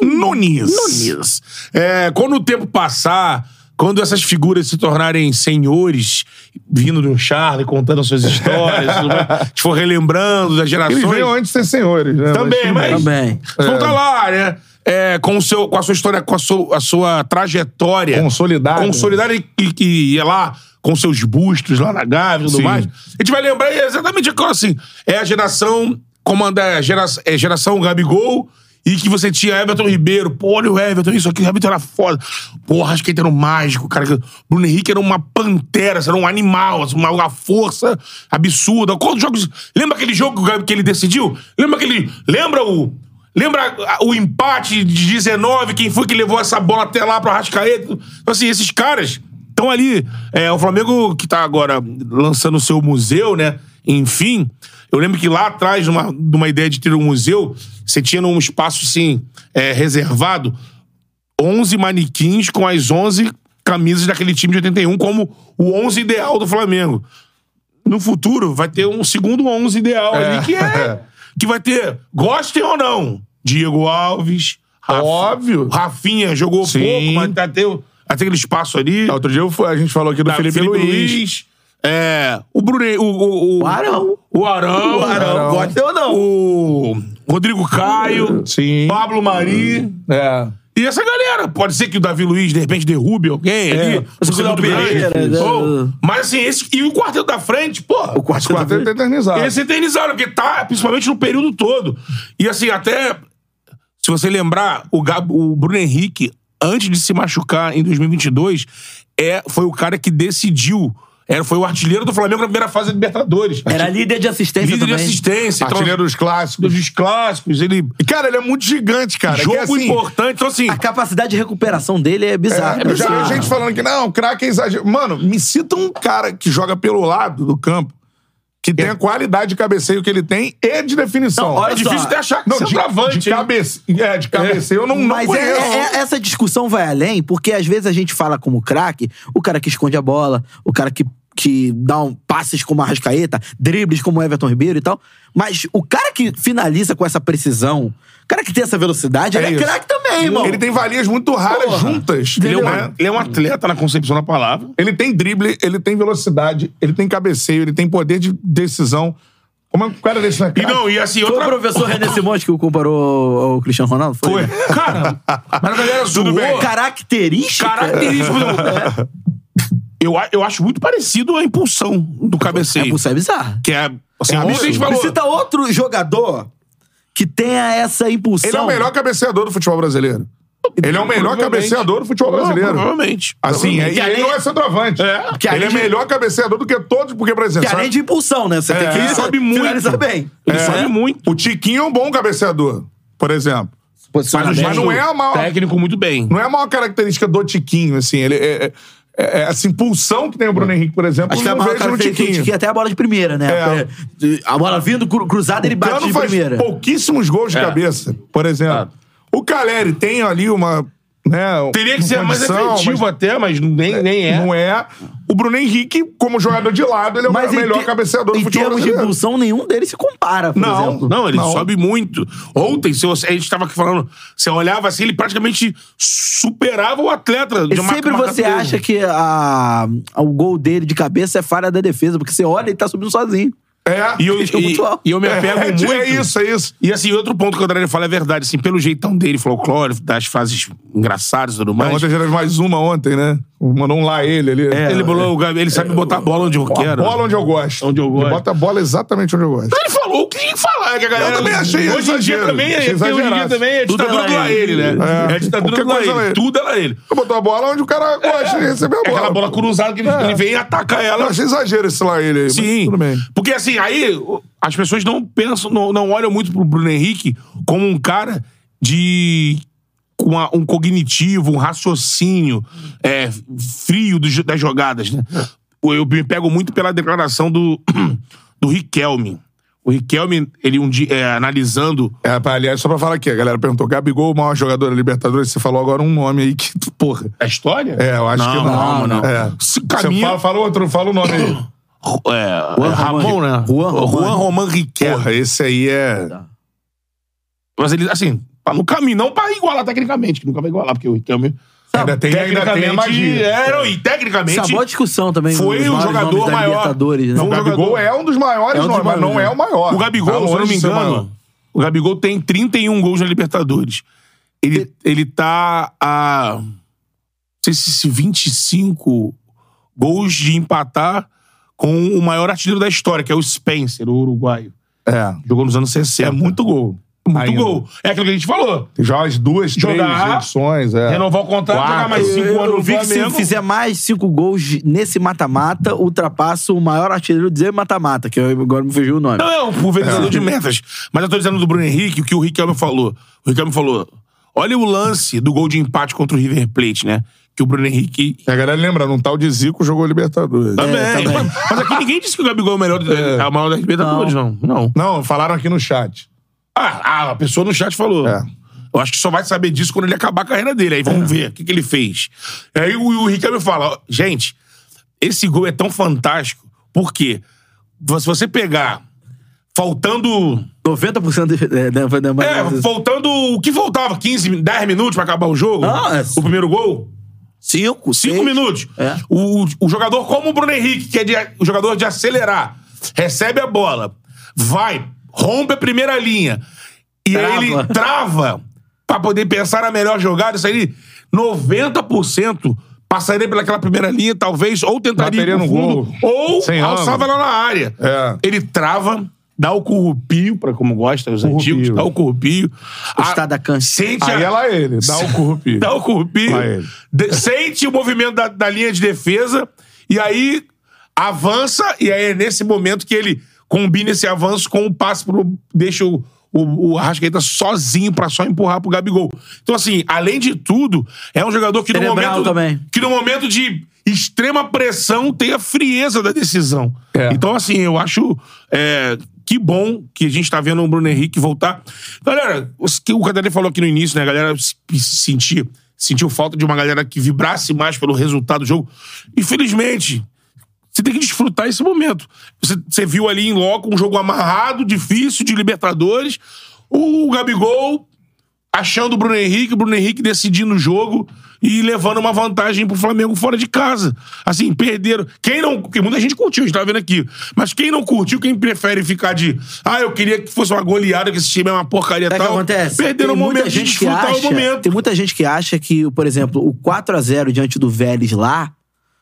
Speaker 3: Nunes. Nunes. É, quando o tempo passar, quando essas figuras se tornarem senhores, vindo de um charme, contando suas histórias, tudo mais, a gente for relembrando das
Speaker 2: Eles veio
Speaker 3: gerações.
Speaker 2: antes de ser senhores, né?
Speaker 3: Também,
Speaker 2: tudo
Speaker 3: mas-
Speaker 2: bem.
Speaker 4: Também.
Speaker 3: Vocês vão tá lá, né? É, com, o seu, com a sua história, com a sua, a sua trajetória.
Speaker 2: é. Consolidado. né?
Speaker 3: Consolidada e que, que ia lá com seus bustos lá na Gávea e tudo
Speaker 2: Sim.
Speaker 3: mais. A gente vai lembrar exatamente aquilo assim. É a geração comanda é a gera, é geração Gabigol e que você tinha Everton Ribeiro. Pô, olha o Everton, isso aqui. O Everton era foda. Porra, acho que ele era um mágico, cara. Bruno Henrique era uma pantera, era um animal, assim, uma, uma força absurda. Quantos jogos... Lembra aquele jogo que o Gabi- que ele decidiu? Lembra aquele... Lembra o... Lembra a- o empate de 19? Quem foi que levou essa bola até lá pro Arrascaeta? Então, assim, esses caras estão ali. É, o Flamengo, que tá agora lançando o seu museu, né? Enfim, eu lembro que lá atrás, numa, numa ideia de ter um museu, você tinha num espaço, assim, é, reservado, 11 manequins com as 11 camisas daquele time de 81 como o 11 ideal do Flamengo. No futuro vai ter um segundo 11 ideal
Speaker 2: É.
Speaker 3: ali que é que vai ter, gostem ou não, Diego Alves, Rafa-
Speaker 2: Óbvio.
Speaker 3: Rafinha jogou
Speaker 2: Sim.
Speaker 3: um pouco, mas vai ter, vai ter aquele espaço ali.
Speaker 2: Outro dia eu fui- a gente falou aqui do
Speaker 3: Tá,
Speaker 2: Felipe, Luiz.
Speaker 3: É, o Brune, o, o,
Speaker 4: O Arão.
Speaker 3: o Arão.
Speaker 4: O Arão, gosta ou não.
Speaker 3: O Rodrigo Caio.
Speaker 2: Sim.
Speaker 3: Pablo Mari.
Speaker 2: É.
Speaker 3: E essa galera, pode ser que o Davi Luiz, de repente, derrube alguém ali. por ser
Speaker 4: Léo
Speaker 3: muito
Speaker 4: Pereira,
Speaker 3: grande.
Speaker 4: né?
Speaker 3: Ou- mas assim, esse, e o quarteto da frente, pô. O
Speaker 2: Os quatro é eternizado.
Speaker 3: eles se eternizaram, porque tá, principalmente no período todo. E assim, até. Se você lembrar, o, Gab- o Bruno Henrique, antes de se machucar em 2022, é, foi o cara que decidiu. Era, foi o artilheiro do Flamengo na primeira fase da Libertadores.
Speaker 4: Era líder de assistência
Speaker 3: Líder de
Speaker 4: também.
Speaker 3: assistência, então,
Speaker 2: Artilheiro dos clássicos.
Speaker 3: dos clássicos, ele.
Speaker 2: E, cara, ele é muito gigante, cara.
Speaker 3: jogo
Speaker 2: que, assim,
Speaker 3: importante. Então, assim.
Speaker 4: A capacidade de recuperação dele é bizarra.
Speaker 2: Eu já vi gente falando que não, craque é exagero. Mano, me cita um cara que joga pelo lado do campo, que tem a qualidade de cabeceio que ele tem e de definição.
Speaker 4: Não, olha
Speaker 3: é difícil
Speaker 4: só.
Speaker 3: de achar que
Speaker 2: Não,
Speaker 3: centroavante.
Speaker 2: de, de,
Speaker 3: hein?
Speaker 2: cabece... um é, de cabeceio eu não, não
Speaker 4: Mas é-
Speaker 2: conheço.
Speaker 4: é- essa discussão vai além, porque às vezes a gente fala como craque, o cara que esconde a bola, o cara que, que dá um, passes como a Rascaeta, dribles como o Everton Ribeiro e tal. Mas o cara que finaliza com essa precisão, o cara que tem essa velocidade, ele é
Speaker 2: isso.
Speaker 4: craque também, irmão.
Speaker 2: Ele tem valias muito raras
Speaker 4: Porra.
Speaker 2: juntas.
Speaker 3: Ele é, um,
Speaker 2: né?
Speaker 3: ele é um atleta na concepção da palavra.
Speaker 2: Ele tem drible, ele tem velocidade, ele tem cabeceio, ele tem poder de decisão. Como é que o cara desse na
Speaker 3: E
Speaker 2: cara?
Speaker 3: não, e assim,
Speaker 4: Foi o
Speaker 3: outra.
Speaker 4: professor René Simões que o comparou ao Cristiano Ronaldo? Foi.
Speaker 3: Foi. Cara, mas a galera zoou.
Speaker 2: bem.
Speaker 4: Característica?
Speaker 3: Característica. por exemplo, Eu, a- eu acho muito parecido a impulsão do
Speaker 4: É,
Speaker 3: cabeceio.
Speaker 4: isso é bizarro.
Speaker 3: que é. Assim,
Speaker 2: É
Speaker 3: óbvio que a gente falou.
Speaker 4: Cita outro jogador que tenha essa impulsão.
Speaker 2: é Ele é o melhor cabeceador do futebol brasileiro. Ele é o melhor
Speaker 3: Provavelmente.
Speaker 2: cabeceador do futebol brasileiro.
Speaker 3: Provavelmente.
Speaker 2: Assim, é-
Speaker 3: Provavelmente.
Speaker 2: e ele não é centroavante.
Speaker 4: que
Speaker 2: Ele é
Speaker 4: além de-
Speaker 2: melhor cabeceador do que todos, porque, por exemplo,
Speaker 4: Que além de impulsão, né? Você tem que
Speaker 3: é, Ele
Speaker 2: É.
Speaker 3: sabe muito.
Speaker 4: finalizar bem.
Speaker 3: Ele
Speaker 4: É.
Speaker 3: sabe muito.
Speaker 2: o Tiquinho é um bom cabeceador, por exemplo.
Speaker 4: Posicionamento.
Speaker 2: Mas não é a maior-
Speaker 3: Técnico muito bem.
Speaker 2: Não é a maior característica do Tiquinho, assim. Ele é, é- é- é essa impulsão que tem o Bruno Henrique, por exemplo,
Speaker 4: Acho que
Speaker 2: eu
Speaker 4: é a
Speaker 2: não
Speaker 4: maior
Speaker 2: vejo no
Speaker 4: característica do
Speaker 2: Tiquinho.
Speaker 4: Tiquinho até a bola de primeira, né?
Speaker 2: É.
Speaker 4: Porque A bola vindo, cru- cruzada, ele bate
Speaker 2: Cano
Speaker 4: de
Speaker 2: faz
Speaker 4: primeira.
Speaker 2: pouquíssimos gols de
Speaker 3: É.
Speaker 2: cabeça, por exemplo. O Caleri tem ali uma... Né,
Speaker 3: Teria que
Speaker 2: uma
Speaker 3: ser mais
Speaker 2: condição,
Speaker 3: efetivo
Speaker 2: mas
Speaker 3: até, mas nem, nem é.
Speaker 2: Não é. O Bruno Henrique, como jogador de lado, ele é o
Speaker 4: em
Speaker 2: melhor
Speaker 4: te-
Speaker 2: cabeceador do
Speaker 4: Em
Speaker 2: futebol
Speaker 4: termos de
Speaker 2: brasileiro.
Speaker 4: impulsão, nenhum deles se compara, por
Speaker 2: Não,
Speaker 4: exemplo.
Speaker 3: Não, ele
Speaker 2: Não.
Speaker 3: sobe muito. Ontem, se você- a gente estava aqui falando, você olhava assim, ele praticamente superava o atleta.
Speaker 4: E sempre você
Speaker 2: tá
Speaker 4: acha que a, a- o gol dele de cabeça é falha da defesa, porque você olha e tá subindo sozinho.
Speaker 2: É.
Speaker 3: E eu,
Speaker 4: Ele é
Speaker 3: e-
Speaker 4: muito alto.
Speaker 3: e eu me apego
Speaker 2: é,
Speaker 3: muito.
Speaker 2: É isso, é isso.
Speaker 3: E assim, outro ponto que o André fala é verdade, assim, pelo jeitão dele, folclórico, das frases engraçadas e tudo mais.
Speaker 2: Ontem já teve mais uma ontem, né? Mandou um lá ele ali.
Speaker 3: É, ele, bolou o Gabi- ele sabe botar a bola onde eu
Speaker 2: a
Speaker 3: quero.
Speaker 2: bola onde eu gosto.
Speaker 3: Onde eu gosto.
Speaker 2: Ele bota a bola exatamente onde eu gosto.
Speaker 3: Ele falou o que tinha que falar, que a galera.
Speaker 2: Eu também achei
Speaker 3: Hoje em dia
Speaker 2: exagero,
Speaker 3: também é.
Speaker 2: achei
Speaker 3: porque Hoje em dia
Speaker 2: exagerado.
Speaker 3: também é
Speaker 4: Tudo
Speaker 3: ditadura
Speaker 4: é
Speaker 3: do
Speaker 4: lá
Speaker 3: lá
Speaker 4: ele.
Speaker 3: ele, né?
Speaker 2: É.
Speaker 3: É, ditadura
Speaker 2: Qualquer
Speaker 3: do lá
Speaker 2: coisa
Speaker 3: ele.
Speaker 2: lá ele.
Speaker 3: Tudo é lá ele.
Speaker 2: Botou a bola onde o cara gosta de receber a
Speaker 3: É
Speaker 2: bola.
Speaker 3: aquela bola cruzada que ele,
Speaker 2: É.
Speaker 3: ele vem e ataca
Speaker 2: Eu
Speaker 3: ela.
Speaker 2: achei exagero esse lá ele. aí, mas
Speaker 3: Sim.
Speaker 2: Tudo bem.
Speaker 3: Porque assim, aí o- as pessoas não pensam, não, não olham muito pro Bruno Henrique como um cara de. com uma- um cognitivo, um raciocínio é, frio dos- das jogadas, né? Eu me pego muito pela declaração do, do Riquelme. O Riquelme, ele um dia, é, analisando
Speaker 2: É, pra- aliás, só pra falar aqui, a galera perguntou: Gabigol, o maior jogador da Libertadores, você falou agora um nome aí que, porra.
Speaker 3: a história.
Speaker 2: É, eu acho que não.
Speaker 3: Não, não.
Speaker 2: É.
Speaker 3: Se
Speaker 2: Você
Speaker 3: caminha.
Speaker 2: fala, fala outro, fala o nome aí.
Speaker 3: É,
Speaker 4: Juan
Speaker 3: Ramon,
Speaker 4: Román.
Speaker 3: né?
Speaker 4: Juan Román.
Speaker 3: Juan Román Riquelme.
Speaker 2: Porra, esse aí é.
Speaker 3: Mas ele, assim, tá no caminho, não pra igualar tecnicamente, que nunca vai igualar, porque o Riquelme.
Speaker 2: Ainda tem, ainda tem a
Speaker 3: tecnicamente,
Speaker 2: magia.
Speaker 3: é, não, e tecnicamente.
Speaker 4: Essa boa discussão também.
Speaker 3: foi
Speaker 2: um
Speaker 4: os
Speaker 3: o
Speaker 4: maiores
Speaker 3: jogador
Speaker 4: nomes da
Speaker 3: maior.
Speaker 4: Libertadores, né?
Speaker 2: O Gabigol é um dos maiores
Speaker 4: É um dos
Speaker 2: nomes, mas não é
Speaker 4: maiores,
Speaker 2: o maior.
Speaker 3: né? O
Speaker 2: Tá
Speaker 3: Gabigol, se eu não
Speaker 2: longe
Speaker 3: me
Speaker 2: de ser maior.
Speaker 3: engano, o Gabigol tem 31 gols na Libertadores. Ele, ele tá a. Não sei se se 25 gols de empatar com o maior artilheiro da história, que é o Spencer, o uruguaio.
Speaker 2: É.
Speaker 3: Jogou nos anos 60.
Speaker 2: É muito gol.
Speaker 3: Muito
Speaker 2: Ainda.
Speaker 3: gol. É aquilo que a gente falou.
Speaker 2: Já as duas,
Speaker 3: Jogar,
Speaker 2: três edições. É.
Speaker 3: Renovar o contrato,
Speaker 2: Quatro.
Speaker 3: jogar mais 5
Speaker 4: Eu-
Speaker 3: anos
Speaker 4: Eu
Speaker 3: no
Speaker 4: vi que se
Speaker 3: Flamengo.
Speaker 4: fizer mais cinco gols de- nesse mata-mata, ultrapassa o maior artilheiro de mata-mata, que eu- agora me fugiu o nome.
Speaker 3: Não, é um pulverizador de metas. Mas eu tô dizendo do Bruno Henrique, o que o Riquelme falou. O Riquelme falou: olha o lance do gol de empate contra o River Plate, né? Que o Bruno Henrique.
Speaker 2: E a galera lembra, um tal de Zico jogou Libertadores. É,
Speaker 3: Também.
Speaker 4: também.
Speaker 3: Mas, mas aqui ninguém disse que o Gabigol é o melhor, é. o maior da Libertadores, não. Não.
Speaker 2: Não, falaram aqui no chat.
Speaker 3: Ah, ah, a pessoa no chat falou.
Speaker 2: É.
Speaker 3: Eu acho que só vai saber disso quando ele acabar a carreira dele. Aí vamos ver o que, que ele fez. Aí o, o Ricardo fala: ó, gente, esse gol é tão fantástico, porque se você pegar, faltando
Speaker 4: 90% de, é, né, foi da-
Speaker 3: É, faltando o que faltava? 15, 10 minutos pra acabar o jogo?
Speaker 4: Ah, é.
Speaker 3: O primeiro gol?
Speaker 4: cinco,
Speaker 3: Cinco
Speaker 4: seis.
Speaker 3: minutos.
Speaker 4: É.
Speaker 3: O, o jogador, como o Bruno Henrique, que é de- o jogador de acelerar, recebe a bola, vai, rompe a primeira linha, e
Speaker 4: Trava.
Speaker 3: aí ele trava pra poder pensar na melhor jogada. Isso aí, 90% passaria pelaquela primeira linha, talvez, ou tentaria ir
Speaker 2: Bateria
Speaker 3: pro
Speaker 2: no
Speaker 3: fundo,
Speaker 2: gol.
Speaker 3: ou
Speaker 2: Sem
Speaker 3: alçava lá na área.
Speaker 2: É.
Speaker 3: Ele trava, dá o currupio, pra como gosta os antigos,
Speaker 2: Currupio.
Speaker 3: dá o currupio.
Speaker 4: Gostar
Speaker 3: Ah,
Speaker 4: da cancha.
Speaker 3: Sente
Speaker 2: Aí
Speaker 3: a-
Speaker 2: é lá ele, dá o currupi.
Speaker 3: Dá o curpi,
Speaker 2: Lá ele.
Speaker 3: de- sente o movimento da, da linha de defesa e aí avança. E aí é nesse momento que ele combina esse avanço com o passe pro. Deixa o, o, o Arrascaeta sozinho pra só empurrar pro Gabigol. Então, assim, além de tudo, é um jogador que no
Speaker 4: Cerebral
Speaker 3: momento.
Speaker 4: também.
Speaker 3: Que no momento de extrema pressão tem a frieza da decisão.
Speaker 2: É.
Speaker 3: Então, assim, eu acho. é, que bom que a gente tá vendo o Bruno Henrique voltar. Galera, os que o Catarina falou aqui no início, né? A galera se- se sentir, sentiu falta de uma galera que vibrasse mais pelo resultado do jogo. Infelizmente, você tem que desfrutar esse momento. Você, você viu ali em loco um jogo amarrado, difícil, de Libertadores. O Gabigol achando o Bruno Henrique, o Bruno Henrique decidindo o jogo e levando uma vantagem pro Flamengo fora de casa. Assim, perderam. Quem não. Porque muita gente curtiu, a gente tava vendo aqui. Mas quem não curtiu, quem prefere ficar de. Ah, eu queria que fosse uma goleada, que esse time é uma porcaria e
Speaker 4: É que
Speaker 3: tal.
Speaker 4: acontece.
Speaker 3: Perderam o
Speaker 4: Tem muita
Speaker 3: momento de
Speaker 4: gente que
Speaker 3: desfrutar o
Speaker 4: acha-
Speaker 3: momento.
Speaker 4: Tem muita gente que acha que, por exemplo, o 4x0 diante do Vélez lá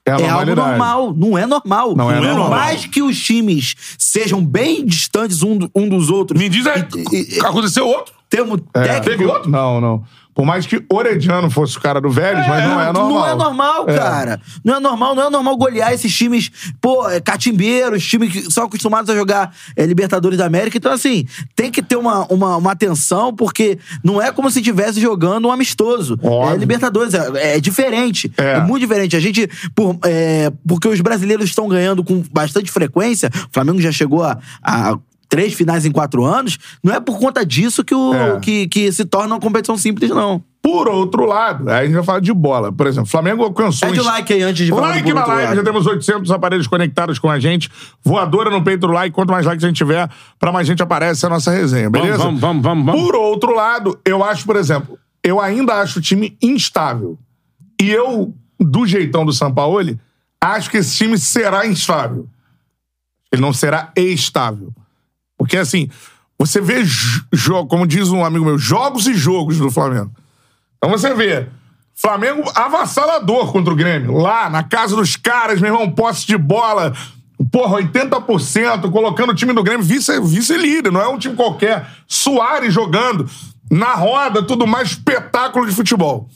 Speaker 2: É a
Speaker 4: é, algo
Speaker 2: normalidade.
Speaker 4: normal. Não é normal.
Speaker 2: Não é
Speaker 4: Por
Speaker 2: normal.
Speaker 4: mais que os times sejam bem distantes um, do- um dos outros.
Speaker 3: Me diz aí.
Speaker 4: E- e-
Speaker 3: Aconteceu outro?
Speaker 4: Temos
Speaker 2: É.
Speaker 4: técnico.
Speaker 2: Não, não. Por mais que Orediano fosse o cara do Vélez, mas não é normal.
Speaker 4: Não é normal, cara. Não é normal, não é normal golear esses times, pô, é, catimbeiros, times que são acostumados a jogar é, Libertadores da América. Então, assim, tem que ter uma, uma, uma atenção, porque não é como se estivesse jogando um amistoso.
Speaker 2: Óbvio.
Speaker 4: É Libertadores, é, é diferente.
Speaker 2: É.
Speaker 4: É. muito diferente. A gente, por, é, porque os brasileiros estão ganhando com bastante frequência, o Flamengo já chegou a. a Três finais em quatro anos, não é por conta disso que, o,
Speaker 2: É.
Speaker 4: que, que se torna uma competição simples, não.
Speaker 2: Por outro lado, aí a gente vai falar de bola. Por exemplo, Flamengo alcançou. um
Speaker 4: Pede o like aí antes de falar do
Speaker 2: Like
Speaker 4: por
Speaker 2: na
Speaker 4: outro
Speaker 2: live,
Speaker 4: lado.
Speaker 2: já temos 800 aparelhos conectados com a gente. Voadora no peito do like. Quanto mais likes a gente tiver, pra mais gente aparece a nossa resenha, beleza?
Speaker 3: vamos, vamos, vamos, vamos.
Speaker 2: Por outro lado, eu acho, por exemplo, eu ainda acho o time instável. E eu, do jeitão do Sampaoli, acho que esse time será instável. Ele não será estável. Porque, assim, você vê, jo- jo- como diz um amigo meu, jogos e jogos do Flamengo. Então você vê. Flamengo avassalador contra o Grêmio. Lá, na casa dos caras, meu irmão, posse de bola. Porra, 80%, colocando o time do Grêmio vice- vice-líder, não é um time qualquer. Soares jogando, na roda, tudo mais, espetáculo de futebol.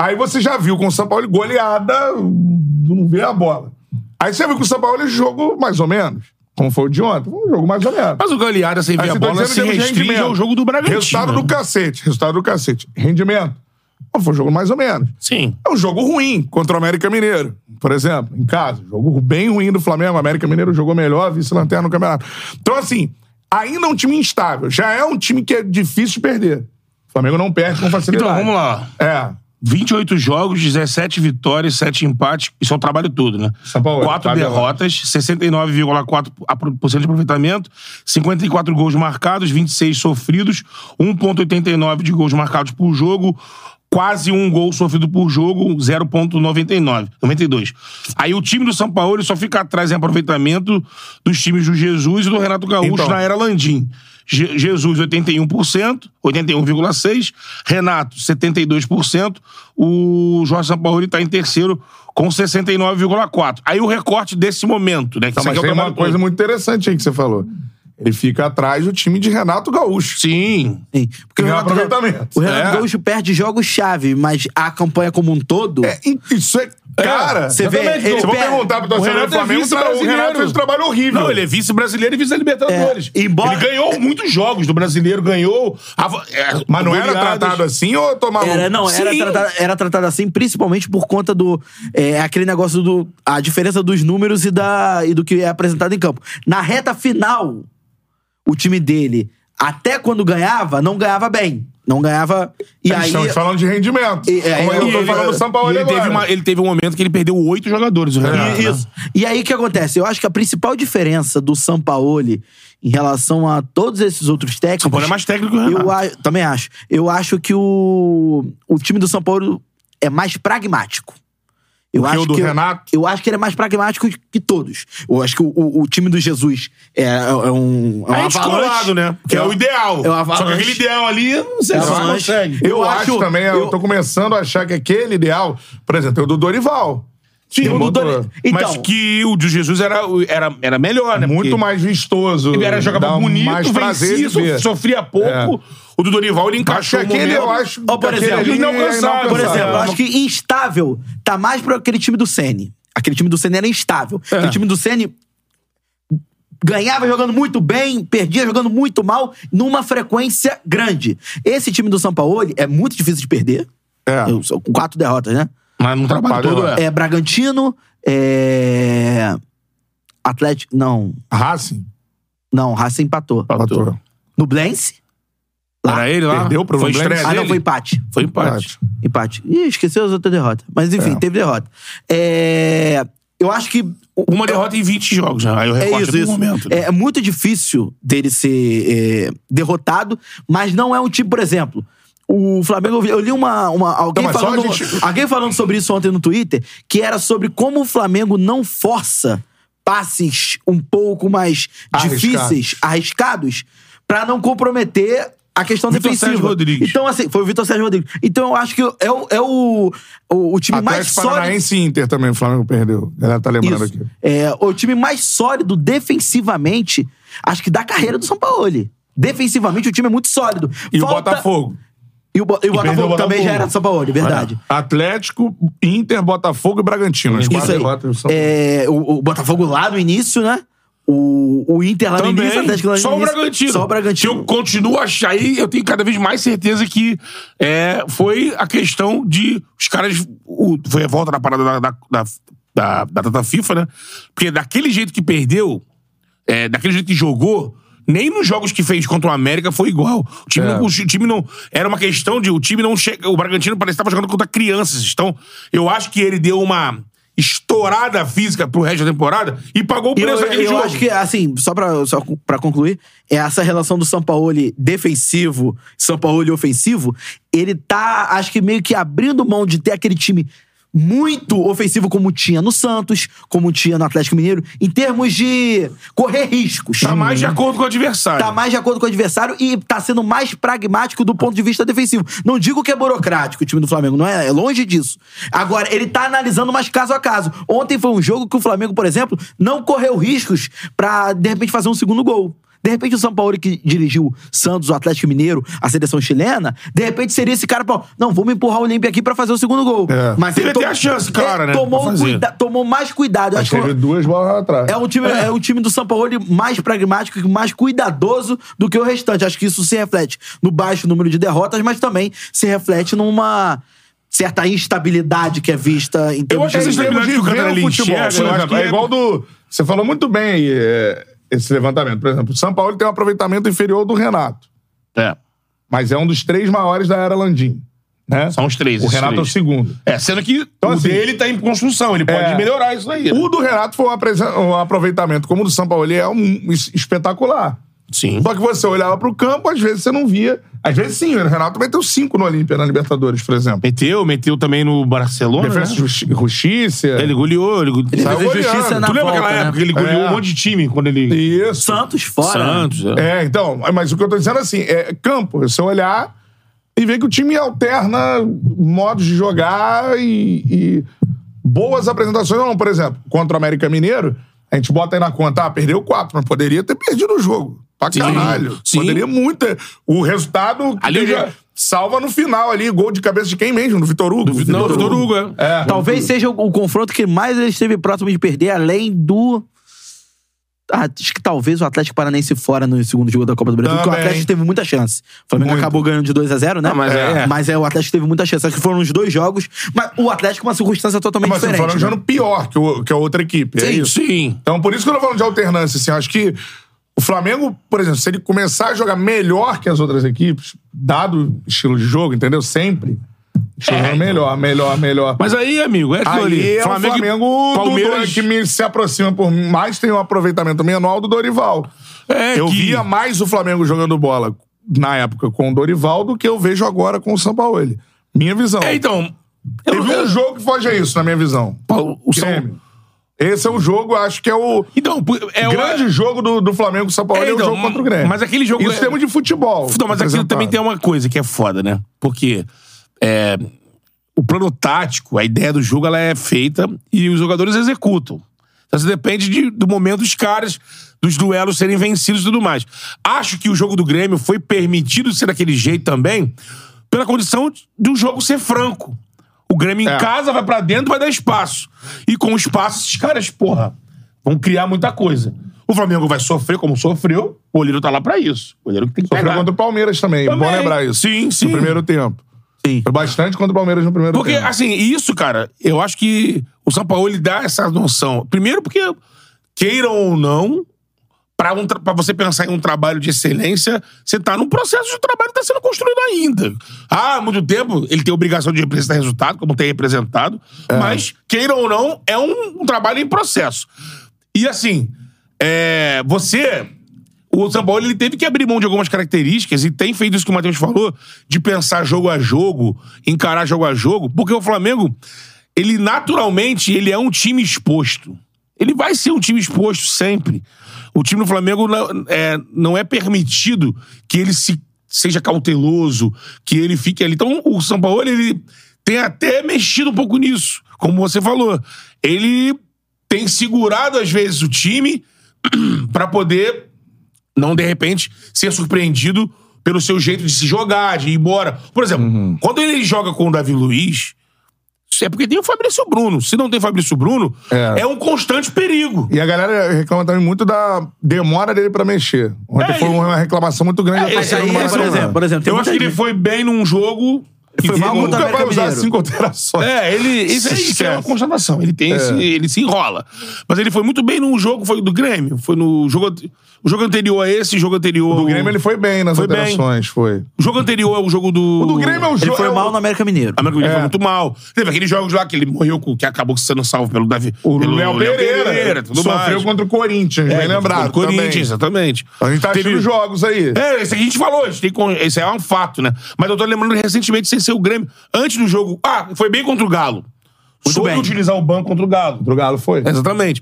Speaker 2: Aí você já viu com o São Paulo goleada, não vê a bola. Aí você viu com o São Paulo jogo mais ou menos, como foi o de ontem, um jogo mais ou menos.
Speaker 3: Mas o goleada sem
Speaker 2: Aí
Speaker 3: ver a
Speaker 2: você tá
Speaker 3: bola
Speaker 2: dizendo
Speaker 3: se
Speaker 2: em termos de
Speaker 3: restringe
Speaker 2: rendimento.
Speaker 3: ao jogo do Bragantino.
Speaker 2: Resultado do cacete, resultado do cacete. Rendimento. Pô, Foi um jogo mais ou menos.
Speaker 3: Sim.
Speaker 2: É um jogo ruim contra o América Mineiro, por exemplo, em casa. Jogo bem ruim do Flamengo. O América Mineiro jogou melhor, vice-lanterna no campeonato. Então, assim, ainda é um time instável. Já é um time que é difícil de perder. O Flamengo não perde com facilidade.
Speaker 3: Então, vamos lá.
Speaker 2: É.
Speaker 3: 28 jogos, 17 vitórias, 7 empates. Isso é o trabalho todo, né?
Speaker 2: São Paulo,
Speaker 3: Quatro
Speaker 2: trabalho.
Speaker 3: derrotas, 69,4% de aproveitamento, 54 gols marcados, 26 sofridos, 1,89 de gols marcados por jogo, quase um gol sofrido por jogo, 0,99, 92. Aí o time do São Paulo ele só fica atrás em aproveitamento dos times do Jesus e do Renato Gaúcho
Speaker 2: Então.
Speaker 3: na era Landim. Je- Jesus, 81%, 81,6%. Renato, 72%. O Jorge Sampaoli está em terceiro com 69,4%. Aí o recorte desse momento, né? Que
Speaker 2: Tá,
Speaker 3: isso
Speaker 2: mas
Speaker 3: aqui é
Speaker 2: tem
Speaker 3: o
Speaker 2: uma
Speaker 3: trabalho
Speaker 2: coisa
Speaker 3: todo.
Speaker 2: muito interessante aí que você falou. Ele fica atrás do time de Renato Gaúcho.
Speaker 3: Sim.
Speaker 4: Sim. Porque
Speaker 2: Tem
Speaker 4: o
Speaker 2: um
Speaker 4: Renato,
Speaker 2: aproveitamento.
Speaker 4: o Renato
Speaker 2: É.
Speaker 4: Gaúcho perde jogos-chave, mas a campanha como um todo.
Speaker 2: É, isso é. Cara,
Speaker 4: você vê,
Speaker 2: exatamente.
Speaker 4: ele
Speaker 2: Se eu
Speaker 4: perde-
Speaker 2: perguntar pro torcedor
Speaker 3: O
Speaker 2: do
Speaker 3: Renato é
Speaker 2: Flamengo, cara, o
Speaker 3: vice-brasileiro.
Speaker 2: Renato fez um trabalho horrível.
Speaker 3: Não, ele é vice-brasileiro e vice-libertadores.
Speaker 4: É, embora-
Speaker 3: Ele ganhou muitos jogos do brasileiro, ganhou. a- é,
Speaker 2: Mas não era
Speaker 3: goleadas.
Speaker 2: tratado assim ou tomava.
Speaker 4: Era, não, era
Speaker 3: Sim.
Speaker 4: tratado, era tratado assim, principalmente por conta do. é, aquele negócio do. A diferença dos números e, da, e do que é apresentado em campo. Na reta final, o time dele, até quando ganhava, não ganhava bem. Não ganhava. E
Speaker 2: Eles
Speaker 4: aí.
Speaker 2: estão te falando É, de rendimento.
Speaker 4: E- é,
Speaker 2: como
Speaker 4: e
Speaker 2: eu tô
Speaker 4: ele-
Speaker 2: falando do São Paulo
Speaker 3: e ele
Speaker 2: agora.
Speaker 3: teve, uma- ele teve um momento que ele perdeu oito jogadores,
Speaker 2: É,
Speaker 3: o Renato.
Speaker 4: E,
Speaker 3: né?
Speaker 4: isso. E aí o que acontece? Eu acho que a principal diferença do Sampaoli em relação a todos esses outros técnicos.
Speaker 3: São Paulo é mais técnico que o Renato.
Speaker 4: Eu a- também acho. Eu acho que o, o time do São Paulo é mais pragmático. Eu
Speaker 2: que o do
Speaker 4: eu-
Speaker 2: Renato?
Speaker 4: Eu, acho que ele é mais pragmático que todos. Eu acho que o, o- o time do Jesus é, é um. É um
Speaker 3: É
Speaker 4: avalanche.
Speaker 3: descolado, né? Que é,
Speaker 4: É
Speaker 3: o
Speaker 4: um-
Speaker 3: ideal.
Speaker 4: é um avalanche.
Speaker 3: Só que aquele ideal ali, não sei
Speaker 4: É um
Speaker 3: se você
Speaker 4: avalanche.
Speaker 3: consegue.
Speaker 2: Eu,
Speaker 4: Eu
Speaker 2: acho,
Speaker 4: acho-
Speaker 2: também, eu...
Speaker 4: eu-
Speaker 2: tô começando a achar que aquele ideal. Por exemplo, tem o do Dorival. Sim,
Speaker 4: o do Dori- Então-
Speaker 3: Mas que o de Jesus era, era, era melhor, né?
Speaker 2: é Muito
Speaker 3: Porque
Speaker 2: mais vistoso.
Speaker 3: Ele era,
Speaker 2: dá um
Speaker 3: jogava bonito,
Speaker 2: mais prazer de
Speaker 3: vencia, so-
Speaker 2: ver.
Speaker 3: sofria pouco.
Speaker 2: É.
Speaker 3: O do Dorival, ele
Speaker 2: Acho que
Speaker 3: encaixou o
Speaker 2: aquele
Speaker 3: momento.
Speaker 2: eu acho.
Speaker 4: Ó, por
Speaker 2: aquele
Speaker 4: exemplo,
Speaker 2: ali é
Speaker 3: inalcançável,
Speaker 4: Por exemplo, eu
Speaker 2: inalcançável.
Speaker 4: acho que instável tá mais pra aquele time do Sene. Aquele time do Sene era instável.
Speaker 2: É.
Speaker 4: Aquele time do Sene ganhava jogando muito bem, perdia jogando muito mal, numa frequência grande. Esse time do Sampaoli é muito difícil de perder.
Speaker 2: É.
Speaker 4: Eu sou com quatro derrotas, né?
Speaker 3: Mas no trabalho
Speaker 2: Trabalho,
Speaker 3: todo
Speaker 2: ó.
Speaker 3: é.
Speaker 4: É Bragantino, é. Atlético. Não,
Speaker 2: Racing.
Speaker 4: não, Racing empatou.
Speaker 2: Empatou.
Speaker 4: Nublense?
Speaker 3: Era ele lá?
Speaker 2: Perdeu pro
Speaker 3: Foi
Speaker 2: Fluminense?
Speaker 3: estreia
Speaker 4: Ah, não,
Speaker 3: É dele?
Speaker 4: foi empate.
Speaker 3: Foi empate.
Speaker 4: Empate. Ih, esqueceu as outras derrotas. Mas enfim,
Speaker 2: É.
Speaker 4: teve derrota. É, Eu acho que.
Speaker 3: Uma derrota em 20 jogos, né? Aí o
Speaker 4: É
Speaker 3: recorte
Speaker 4: isso,
Speaker 3: do
Speaker 4: isso.
Speaker 3: momento. né?
Speaker 2: né?
Speaker 4: É, é muito difícil dele ser é, derrotado, mas não é um time, por exemplo. O Flamengo, eu vi- eu li uma. uma- alguém,
Speaker 2: Não, mas só
Speaker 4: falando,
Speaker 2: a gente-
Speaker 4: alguém falando sobre isso ontem no Twitter, que era sobre como o Flamengo não força passes um pouco mais
Speaker 2: Arriscados.
Speaker 4: difíceis, arriscados, pra não comprometer a questão
Speaker 3: Vitor
Speaker 4: defensiva.
Speaker 3: Sérgio Rodrigues.
Speaker 4: Então, assim, foi o Vitor Sérgio Rodrigues. Então, eu acho que é o, é o, o, o time mais
Speaker 2: Atlético
Speaker 4: sólido.
Speaker 2: Paranaense e Inter também, o Flamengo perdeu. A galera tá lembrando
Speaker 4: Isso.
Speaker 2: aqui.
Speaker 4: É, o time mais sólido defensivamente, acho que da carreira do São Paulo. Defensivamente, o time é muito sólido.
Speaker 2: E o
Speaker 4: Falta-
Speaker 2: Botafogo.
Speaker 4: E E o, Bo- e o
Speaker 2: perdeu o
Speaker 4: Botafogo também
Speaker 2: Botafogo.
Speaker 4: já era de São Paulo, de verdade.
Speaker 2: Atlético, Inter, Botafogo e Bragantino. As
Speaker 4: Isso
Speaker 2: quatro
Speaker 4: aí.
Speaker 2: derrotas do São Paulo.
Speaker 4: É, o, o Botafogo lá no início, né? O, o Inter lá no
Speaker 3: Também.
Speaker 4: início, o Atlético lá no
Speaker 3: só o
Speaker 4: início.
Speaker 3: Bragantino.
Speaker 4: Só o Bragantino.
Speaker 3: Que eu continuo a achar aí, eu tenho cada vez mais certeza que é, foi a questão de os caras. o- foi a volta da parada da, da, da, da, da data FIFA, né? Porque daquele jeito que perdeu, é, daquele jeito que jogou. Nem nos jogos que fez contra o América foi igual. O
Speaker 4: É.
Speaker 3: time, não, o time não. Era uma questão de. O time não chega. O Bragantino parece que estava jogando contra crianças. Então, eu acho que ele deu uma estourada física pro resto da temporada e pagou o
Speaker 4: E
Speaker 3: preço
Speaker 4: eu,
Speaker 3: daquele
Speaker 4: eu
Speaker 3: jogo.
Speaker 4: acho que, assim, só pra, só pra concluir, é essa relação do Sampaoli defensivo, Sampaoli ofensivo, ele tá, acho que meio que abrindo mão de ter aquele time muito ofensivo como tinha no Santos, como tinha no Atlético Mineiro, em termos de correr riscos.
Speaker 3: Tá mais de acordo com o adversário.
Speaker 4: Tá mais de acordo com o adversário e tá sendo mais pragmático do ponto de vista defensivo. Não digo que é burocrático o time do Flamengo, não é? É longe disso. Agora, ele tá analisando mais caso a caso. Ontem foi um jogo que o Flamengo, por exemplo, não correu riscos pra, de repente, fazer um segundo gol. De repente, o Sampaoli que dirigiu Santos, o Atlético Mineiro, a seleção chilena, de repente seria esse cara, pô, não, vamos empurrar o Olímpia aqui pra fazer o segundo gol.
Speaker 2: É.
Speaker 4: Mas
Speaker 3: Teve
Speaker 4: to-
Speaker 3: até a chance, claro, né,
Speaker 4: Tomou,
Speaker 3: pra
Speaker 4: um
Speaker 3: fazer.
Speaker 4: cuida- tomou mais cuidado. Eu acho que
Speaker 2: Teve duas bolas atrás.
Speaker 4: é um time, é um time do Sampaoli mais pragmático, e mais cuidadoso do que o restante. Acho que isso se reflete no baixo número de derrotas, mas também se reflete numa certa instabilidade que é vista em
Speaker 3: Eu
Speaker 4: termos
Speaker 3: acho que
Speaker 4: de-
Speaker 3: vocês
Speaker 2: Em termos
Speaker 3: lembram que o
Speaker 2: de ver
Speaker 3: Cantarelli
Speaker 2: o futebol,
Speaker 3: enxerga,
Speaker 2: por
Speaker 3: né,
Speaker 2: exemplo,
Speaker 3: que-
Speaker 2: é igual do. Você falou muito bem aí, é, esse levantamento. Por exemplo, o São Paulo tem um aproveitamento inferior do Renato,
Speaker 3: É.
Speaker 2: mas é um dos três maiores da era Landim. Né?
Speaker 3: São os três,
Speaker 2: O
Speaker 3: esses
Speaker 2: Renato é o
Speaker 3: três.
Speaker 2: segundo.
Speaker 3: É, sendo que
Speaker 2: Então,
Speaker 3: o
Speaker 2: assim,
Speaker 3: dele tá em construção, ele pode
Speaker 2: é.
Speaker 3: melhorar isso aí. né?
Speaker 2: O do Renato foi um, apresen- um aproveitamento, como o do São Paulo, ele é um es- espetacular.
Speaker 3: Sim.
Speaker 2: Só que você olhava pro campo, às vezes você não via. Às vezes sim, o Renato meteu cinco no Olímpia, na Libertadores, por exemplo.
Speaker 3: Meteu, meteu também no Barcelona.
Speaker 2: Defesa
Speaker 3: né?
Speaker 2: e Justi- Justiça.
Speaker 3: Ele goleou, ele goleou.
Speaker 4: Defesa
Speaker 3: Saiu
Speaker 4: e
Speaker 3: goleando.
Speaker 4: Justiça na
Speaker 3: Tu lembra
Speaker 4: volta,
Speaker 3: aquela
Speaker 4: né?
Speaker 3: época que ele goleou
Speaker 2: É.
Speaker 3: um monte de time quando ele.
Speaker 2: Isso.
Speaker 4: Santos fora. né?
Speaker 3: Santos. é.
Speaker 2: É, então, mas o que eu tô dizendo assim, é campo, você olhar e ver que o time alterna modos de jogar e, e boas apresentações. Não, por exemplo, contra o América Mineiro, a gente bota aí na conta, ah, perdeu quatro, mas poderia ter perdido o jogo. Pra
Speaker 3: Sim,
Speaker 2: caralho.
Speaker 3: sim.
Speaker 2: Poderia muito. ter- O resultado que
Speaker 3: Ali
Speaker 2: teria-
Speaker 3: já-
Speaker 2: salva no final ali, gol de cabeça de quem mesmo? Do Vitor Hugo.
Speaker 3: Vi- Não, Vitor Hugo, é.
Speaker 2: É.
Speaker 4: Talvez seja o, o confronto que mais ele esteve próximo de perder, além do. Ah, acho que talvez o Atlético Paranaense fora no segundo jogo da Copa do Brasil, porque o
Speaker 2: Também.
Speaker 4: Atlético teve muita chance. O Flamengo
Speaker 2: Muito.
Speaker 4: acabou ganhando de 2 a 0 né?
Speaker 3: Ah, mas é.
Speaker 4: Mas é, o Atlético teve muita chance. Acho que foram os dois jogos. Mas o Atlético é uma circunstância totalmente
Speaker 2: Mas você
Speaker 4: diferente.
Speaker 2: falando já
Speaker 4: né?
Speaker 2: no pior que, o, que a outra equipe. é
Speaker 3: Sim,
Speaker 2: isso.
Speaker 3: sim.
Speaker 2: Então, por isso que eu tô falando de alternância, assim, eu acho que o Flamengo, por exemplo, se ele começar a jogar melhor que as outras equipes, dado o estilo de jogo, entendeu? Sempre. Estilo de jogo melhor, melhor, melhor.
Speaker 3: É, então. Mas aí, amigo, é aquilo ali.
Speaker 2: Aí é o
Speaker 3: e
Speaker 2: Flamengo do,
Speaker 3: Palmeiras.
Speaker 2: do, que me- se aproxima por mais, tem um aproveitamento menor do Dorival.
Speaker 3: É,
Speaker 2: eu
Speaker 3: que-
Speaker 2: via mais o Flamengo jogando bola na época com o Dorival do que eu vejo agora com o Sampaoli. Minha visão.
Speaker 3: É, então. eu-
Speaker 2: Teve um jogo que foge a isso, na minha visão.
Speaker 3: Paulo, o São-
Speaker 2: Grêmio. Esse é o jogo, acho que é o
Speaker 3: Então, é o.
Speaker 2: grande jogo do, do Flamengo com o São Paulo é,
Speaker 3: É, então,
Speaker 2: o jogo contra o Grêmio.
Speaker 3: mas aquele jogo
Speaker 2: Isso
Speaker 3: é-
Speaker 2: é... temos de futebol.
Speaker 3: Não, mas aquilo também tem uma coisa que é foda, né? Porque é, o plano tático, a ideia do jogo, ela é feita e os jogadores executam. Então, isso depende de- do momento dos caras, dos duelos serem vencidos e tudo mais. Acho que o jogo do Grêmio foi permitido ser daquele jeito também pela condição de um jogo ser franco. O Grêmio em
Speaker 2: É.
Speaker 3: casa vai pra dentro, vai dar espaço. E com o espaço, esses caras, porra, vão criar muita coisa. O Flamengo vai sofrer como sofreu, o goleiro tá lá pra isso. O goleiro que tem que
Speaker 2: Sofreu
Speaker 3: pegar.
Speaker 2: contra o Palmeiras também. é
Speaker 3: Também.
Speaker 2: Bom lembrar isso.
Speaker 3: Sim, sim.
Speaker 2: No primeiro tempo.
Speaker 4: né? Sim.
Speaker 2: Foi bastante contra o Palmeiras no primeiro
Speaker 3: Porque,
Speaker 2: tempo.
Speaker 3: assim, isso, cara, eu acho que o São Paulo ele dá essa noção. Primeiro, porque, queiram ou não, pra, um tra- pra você pensar em um trabalho de excelência, você tá num processo de um trabalho que tá sendo construído ainda. Ah, há muito tempo ele tem obrigação de representar resultado, como tem representado,
Speaker 2: É.
Speaker 3: mas, queiram ou não, é um, um trabalho em processo. E, assim, é, você o São Paulo ele teve que abrir mão de algumas características e tem feito isso que o Matheus falou, de pensar jogo a jogo, encarar jogo a jogo, porque o Flamengo, ele naturalmente, ele é um time exposto. Ele vai ser um time exposto sempre. O time do Flamengo não é, não é permitido que ele se, seja cauteloso, que ele fique ali. Então, o São Paulo, ele tem até mexido um pouco nisso, como você falou. Ele tem segurado, às vezes, o time para poder não de repente ser surpreendido pelo seu jeito de se jogar, de ir embora. Por exemplo, quando ele joga com o Davi Luiz, isso é porque tem o Fabrício Bruno. Se não tem Fabrício Bruno,
Speaker 2: É.
Speaker 3: é, um constante perigo.
Speaker 2: E a galera reclama também muito da demora dele pra mexer. Ontem
Speaker 3: É,
Speaker 2: foi
Speaker 3: e-
Speaker 2: uma reclamação muito grande da
Speaker 4: esse
Speaker 2: torcida
Speaker 4: aí
Speaker 2: do
Speaker 4: é, por
Speaker 2: Barcelona.
Speaker 4: exemplo, por exemplo, tem
Speaker 3: eu
Speaker 4: muita
Speaker 3: acho que ele
Speaker 4: gente-
Speaker 3: foi bem num jogo.
Speaker 2: Ele
Speaker 3: que
Speaker 2: foi mal
Speaker 3: ele
Speaker 2: nunca
Speaker 4: contra o
Speaker 2: vai
Speaker 4: América
Speaker 2: usar
Speaker 4: Mineiro.
Speaker 2: cinco alterações.
Speaker 3: É, ele. Isso, é- isso é uma
Speaker 2: Esquece.
Speaker 3: constatação. Ele tem esse- Ele se enrola. Mas ele foi muito bem num jogo, foi do Grêmio. Foi no jogo. ante- O jogo anterior a esse, o jogo anterior.
Speaker 2: O Grêmio ele foi bem nas
Speaker 3: Foi bem.
Speaker 2: alterações, foi.
Speaker 3: O jogo anterior é o jogo do. Ah,
Speaker 2: O do Grêmio é o
Speaker 4: Ele
Speaker 2: jogo.
Speaker 4: foi
Speaker 2: é o-
Speaker 4: mal no América Mineiro.
Speaker 3: A América Mineiro
Speaker 2: É.
Speaker 3: foi muito mal. Teve aqueles jogos lá que ele morreu, com, que acabou sendo salvo pelo Davi.
Speaker 2: O
Speaker 3: pelo
Speaker 2: Léo Pereira.
Speaker 3: tudo
Speaker 2: sofreu
Speaker 3: mais. É,
Speaker 2: contra o Corinthians, bem lembrado.
Speaker 3: contra o Corinthians,
Speaker 2: também.
Speaker 3: exatamente.
Speaker 2: A gente tá
Speaker 3: Teve-
Speaker 2: achando jogos aí.
Speaker 3: É, isso aqui a gente falou, a gente tem con- isso é um fato, né? Mas eu tô lembrando que recentemente, sem ser o Grêmio, antes do jogo. Ah, foi bem contra o Galo.
Speaker 4: Muito
Speaker 3: Soube
Speaker 4: bem.
Speaker 3: utilizar o banco contra o Galo.
Speaker 2: O Galo foi.
Speaker 3: Exatamente.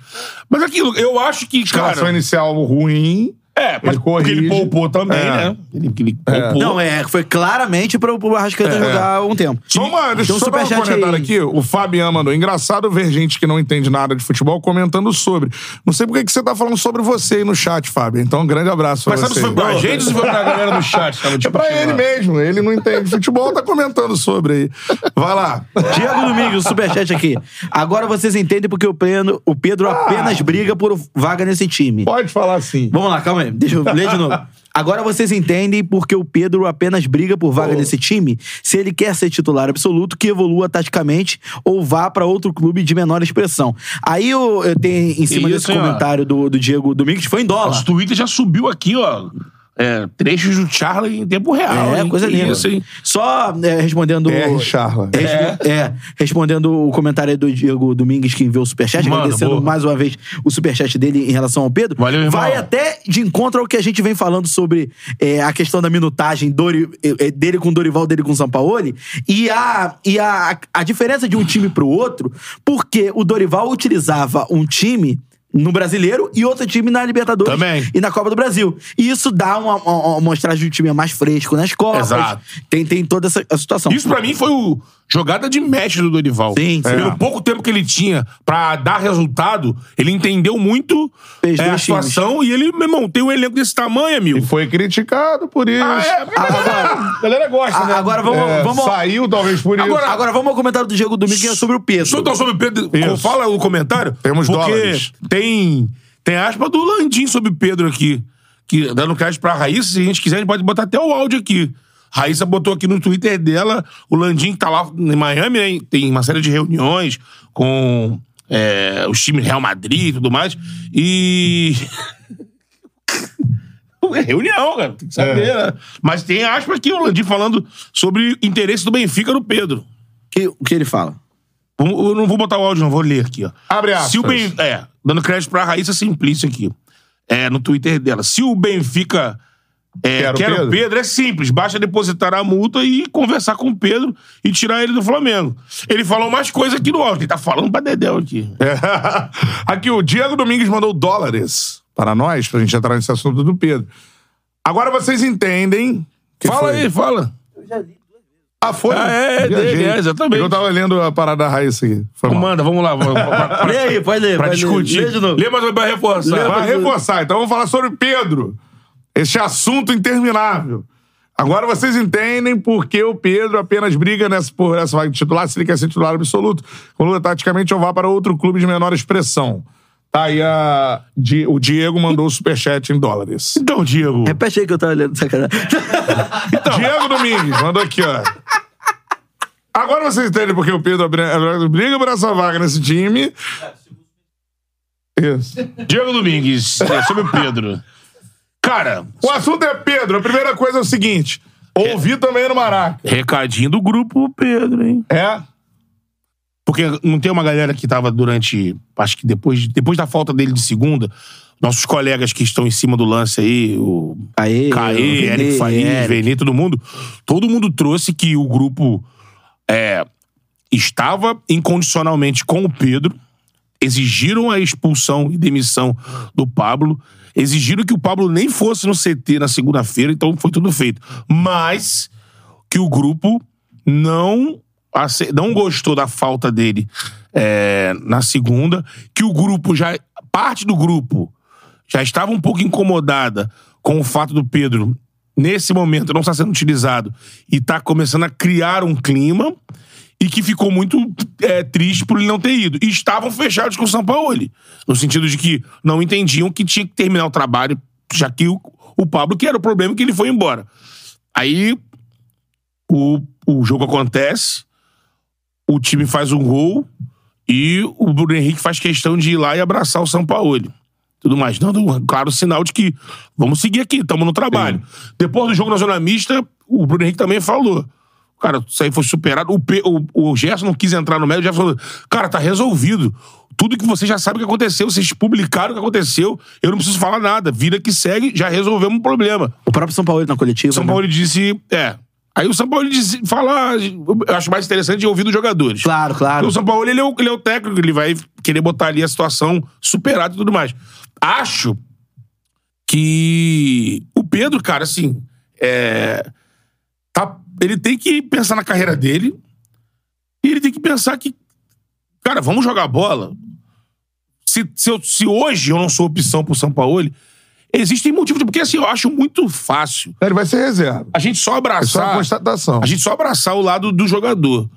Speaker 3: Mas aquilo, eu acho que,
Speaker 2: Escalação
Speaker 3: cara.
Speaker 2: inicial ruim.
Speaker 3: É, mas
Speaker 2: Ele
Speaker 3: porque
Speaker 2: corrige.
Speaker 3: ele poupou também,
Speaker 2: É.
Speaker 3: né? Ele, ele poupou.
Speaker 4: Não, é, foi claramente pro, pro Arrascaeta
Speaker 2: É.
Speaker 4: jogar um tempo.
Speaker 2: Só uma, deixa eu
Speaker 4: um
Speaker 2: só dar uma
Speaker 4: superchat
Speaker 2: comentada
Speaker 4: aí.
Speaker 2: aqui. O Fabiano mandou. Engraçado ver gente que não entende nada de futebol comentando sobre. Não sei por que que você tá falando sobre você aí no chat, Fábio. Então, um grande abraço
Speaker 3: Mas
Speaker 2: pra
Speaker 3: sabe
Speaker 2: você.
Speaker 3: se foi pra gente ou se foi pra galera do chat? tipo, que Tava
Speaker 2: É pra ele
Speaker 3: discutindo lá?
Speaker 2: mesmo. Ele não entende futebol, tá comentando sobre aí. Vai lá.
Speaker 4: Diego Domingos, superchat aqui. Agora vocês entendem porque o Pedro, o Pedro
Speaker 2: Ah.
Speaker 4: apenas briga por vaga nesse time.
Speaker 2: Pode falar assim.
Speaker 4: Vamos lá, calma aí. Deixa eu ler de novo. Agora vocês entendem porque o Pedro apenas briga por vaga nesse time se ele quer ser titular absoluto, que evolua taticamente ou vá pra outro clube de menor expressão. Aí eu, eu tenho em cima
Speaker 3: Isso,
Speaker 4: desse
Speaker 3: hein, ó.
Speaker 4: comentário do, do Diego Domingos, foi em
Speaker 3: Os
Speaker 4: dólar.
Speaker 3: Twitter já subiu aqui, ó. é, trechos do Charlie em tempo real.
Speaker 4: É,
Speaker 3: hein?
Speaker 4: coisa
Speaker 3: Que
Speaker 4: linda.
Speaker 3: Isso, hein?
Speaker 4: Só é, respondendo.
Speaker 2: R. Charla.
Speaker 4: Respo- É. respondendo o comentário aí do Diego Domingues que enviou o superchat,
Speaker 3: Mano,
Speaker 4: agradecendo
Speaker 3: boa.
Speaker 4: mais uma vez o superchat dele em relação ao Pedro.
Speaker 3: Valeu, irmão.
Speaker 4: Vai até de encontro ao que a gente vem falando sobre é, a questão da minutagem Dori- é, é, dele com Dorival, dele com Sampaoli, e, a, e a, a diferença de um time pro outro, porque o Dorival utilizava um time no Brasileiro e outro time na Libertadores
Speaker 3: Também.
Speaker 4: e na Copa do Brasil. E isso dá uma, uma, uma mostragem de um time mais fresco nas Copas.
Speaker 3: Exato.
Speaker 4: Tem, tem toda essa a situação.
Speaker 3: Isso pra mim foi o jogada de mestre do Dorival.
Speaker 4: Sim, sim.
Speaker 3: Pelo
Speaker 4: É.
Speaker 3: pouco tempo que ele tinha pra dar resultado, ele entendeu muito
Speaker 4: Fez
Speaker 3: é, a
Speaker 4: dois times.
Speaker 3: situação e ele, meu irmão, tem um elenco desse tamanho, amigo.
Speaker 2: E foi criticado por isso.
Speaker 3: Ah, é, porque a galera- a galera gosta, né?
Speaker 4: A- agora vamos,
Speaker 2: É,
Speaker 4: vamos
Speaker 2: Saiu talvez por isso.
Speaker 4: agora, agora vamos ao comentário do Diego Domingues que é sobre o peso.
Speaker 3: Só então sobre o Pedro,
Speaker 2: Isso.
Speaker 3: fala o comentário.
Speaker 2: Temos
Speaker 3: porque
Speaker 2: dólares.
Speaker 3: tem tem aspa do Landim sobre o Pedro aqui, que dando crédito pra Raíssa, se a gente quiser a gente pode botar até o áudio aqui. Raíssa botou aqui no Twitter dela, o Landim que tá lá em Miami, né, tem uma série de reuniões com é, os times Real Madrid e tudo mais, e... É reunião, cara, tem que saber,
Speaker 2: É.
Speaker 3: né? Mas tem aspa aqui, o Landim falando sobre interesse do Benfica no Pedro.
Speaker 4: Que- o que ele fala?
Speaker 3: Vamos- Eu não vou botar o áudio, não, vou ler aqui, ó.
Speaker 2: Abre aspas.
Speaker 3: Se o Ben- É, dando crédito pra Raíssa Simplício aqui. É, no Twitter dela. Se o Benfica é, quer,
Speaker 2: Quer o
Speaker 3: o
Speaker 2: Pedro?
Speaker 3: Pedro, é simples. Basta depositar a multa e conversar com o Pedro e tirar ele do Flamengo. Ele falou mais coisa aqui no áudio. Ele tá falando pra Dedéu aqui.
Speaker 2: É. Aqui, o Diego Domingues mandou dólares para nós, pra gente entrar nesse assunto do Pedro. Agora vocês entendem. que
Speaker 3: fala
Speaker 2: foi-
Speaker 3: aí, fala.
Speaker 2: Ah, foi?
Speaker 3: Ah, é,
Speaker 2: Viajei.
Speaker 3: dele, é, exatamente.
Speaker 2: Eu tava lendo a parada da Raíssa aqui. Foi mal.
Speaker 3: Manda, vamos lá. Vamos, pra, pra-
Speaker 4: Lê aí, pode ler.
Speaker 3: pra
Speaker 4: pode ler.
Speaker 3: discutir.
Speaker 4: Lê de novo.
Speaker 3: Lê mais uma pra reforçar.
Speaker 2: Pra
Speaker 3: Vai,
Speaker 2: reforçar, então vamos falar sobre Pedro. Esse assunto interminável. Agora vocês entendem por que o Pedro apenas briga nessa, por essa vaga de titular, se ele quer ser titular absoluto. Coluna taticamente ou vá para outro clube de menor expressão. Tá aí a, Di- o Diego mandou o superchat em dólares.
Speaker 3: Então, Diego.
Speaker 4: Repete aí que eu tava lendo, sacanagem.
Speaker 2: Diego Domingues mandou aqui, ó. Agora vocês entendem por que o Pedro abri- abri- briga por essa vaga nesse time. Isso.
Speaker 3: Diego Domingues, é, sobre o Pedro. Cara,
Speaker 2: O assunto é Pedro. A primeira coisa é o seguinte: ouvi também no Maraca.
Speaker 3: recadinho do grupo Pedro, hein?
Speaker 2: É?
Speaker 3: Porque não tem uma galera que tava durante. Acho que depois, depois da falta dele de segunda, nossos colegas que estão em cima do lance aí, o
Speaker 4: Aê,
Speaker 3: Caê,
Speaker 4: eu-
Speaker 3: Eric Faria,
Speaker 4: Eric.
Speaker 3: Vene, todo mundo, todo mundo trouxe que o grupo é, estava incondicionalmente com o Pedro, exigiram a expulsão e demissão do Pablo, exigiram que o Pablo nem fosse no CT na segunda-feira, então foi tudo feito. Mas que o grupo não, ace- não gostou da falta dele é, na segunda, que o grupo já. Parte do grupo já estava um pouco incomodada com o fato do Pedro nesse momento, não está sendo utilizado e está começando a criar um clima e que ficou muito é, triste por ele não ter ido. E estavam fechados com o Sampaoli. No sentido de que não entendiam que tinha que terminar o trabalho, já que o, o Pablo, que era o problema, que ele foi embora. Aí o, o jogo acontece, o time faz um gol e o Bruno Henrique faz questão de ir lá e abraçar o Sampaoli. Tudo mais, dando um claro sinal de que vamos seguir aqui, estamos no trabalho. Depois do jogo na zona mista, o Bruno Henrique também falou. Cara, isso aí foi superado. O, Pe- o, o Gerson não quis entrar no meio, o Gerson falou: Cara, tá resolvido. Tudo que você já sabe o que aconteceu, vocês publicaram o que aconteceu, eu não preciso falar nada. Vida que segue, já resolvemos o problema.
Speaker 4: O próprio São Paulo na coletiva.
Speaker 3: O São
Speaker 4: né?
Speaker 3: Paulo disse. É. Aí o São Paulo disse, fala. Eu acho mais interessante ouvir dos jogadores.
Speaker 4: Claro,
Speaker 3: Porque
Speaker 4: claro.
Speaker 3: o São Paulo ele é, o, ele é o técnico, ele vai querer botar ali a situação superada e tudo mais. Acho que o Pedro, cara, assim, é, tá, ele tem que pensar na carreira dele e ele tem que pensar que, cara, vamos jogar bola. Se, se, eu- se hoje eu não sou opção pro São Paulo, existem motivos, porque assim, eu acho muito fácil
Speaker 2: Ele vai ser reserva.
Speaker 3: a gente só
Speaker 2: É só uma
Speaker 3: abraçar.
Speaker 2: constatação.
Speaker 3: A gente só abraçar o lado do jogador.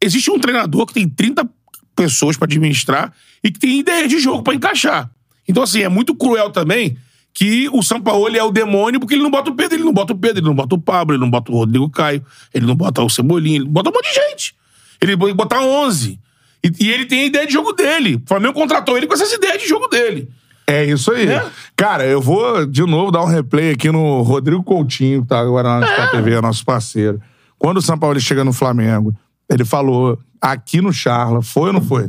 Speaker 3: Existe um treinador que tem 30 pessoas pra administrar e que tem ideias de jogo pra encaixar. Então, assim, é muito cruel também que o Sampaoli é o demônio porque ele não bota o Pedro, ele não bota o Pedro, ele não bota o Pablo, ele não bota o Rodrigo Caio, ele não bota o Cebolinha, ele bota um monte de gente. Ele bo- botar 11. E, e ele tem a ideia de jogo dele. O Flamengo contratou ele com essas ideias de jogo dele.
Speaker 2: É isso aí.
Speaker 3: É.
Speaker 2: Cara, eu vou de novo dar um replay aqui no Rodrigo Coutinho, que tá agora lá na é. TV, nosso parceiro. Quando o São Paulo chega no Flamengo, ele falou aqui no Charla, foi ou não foi?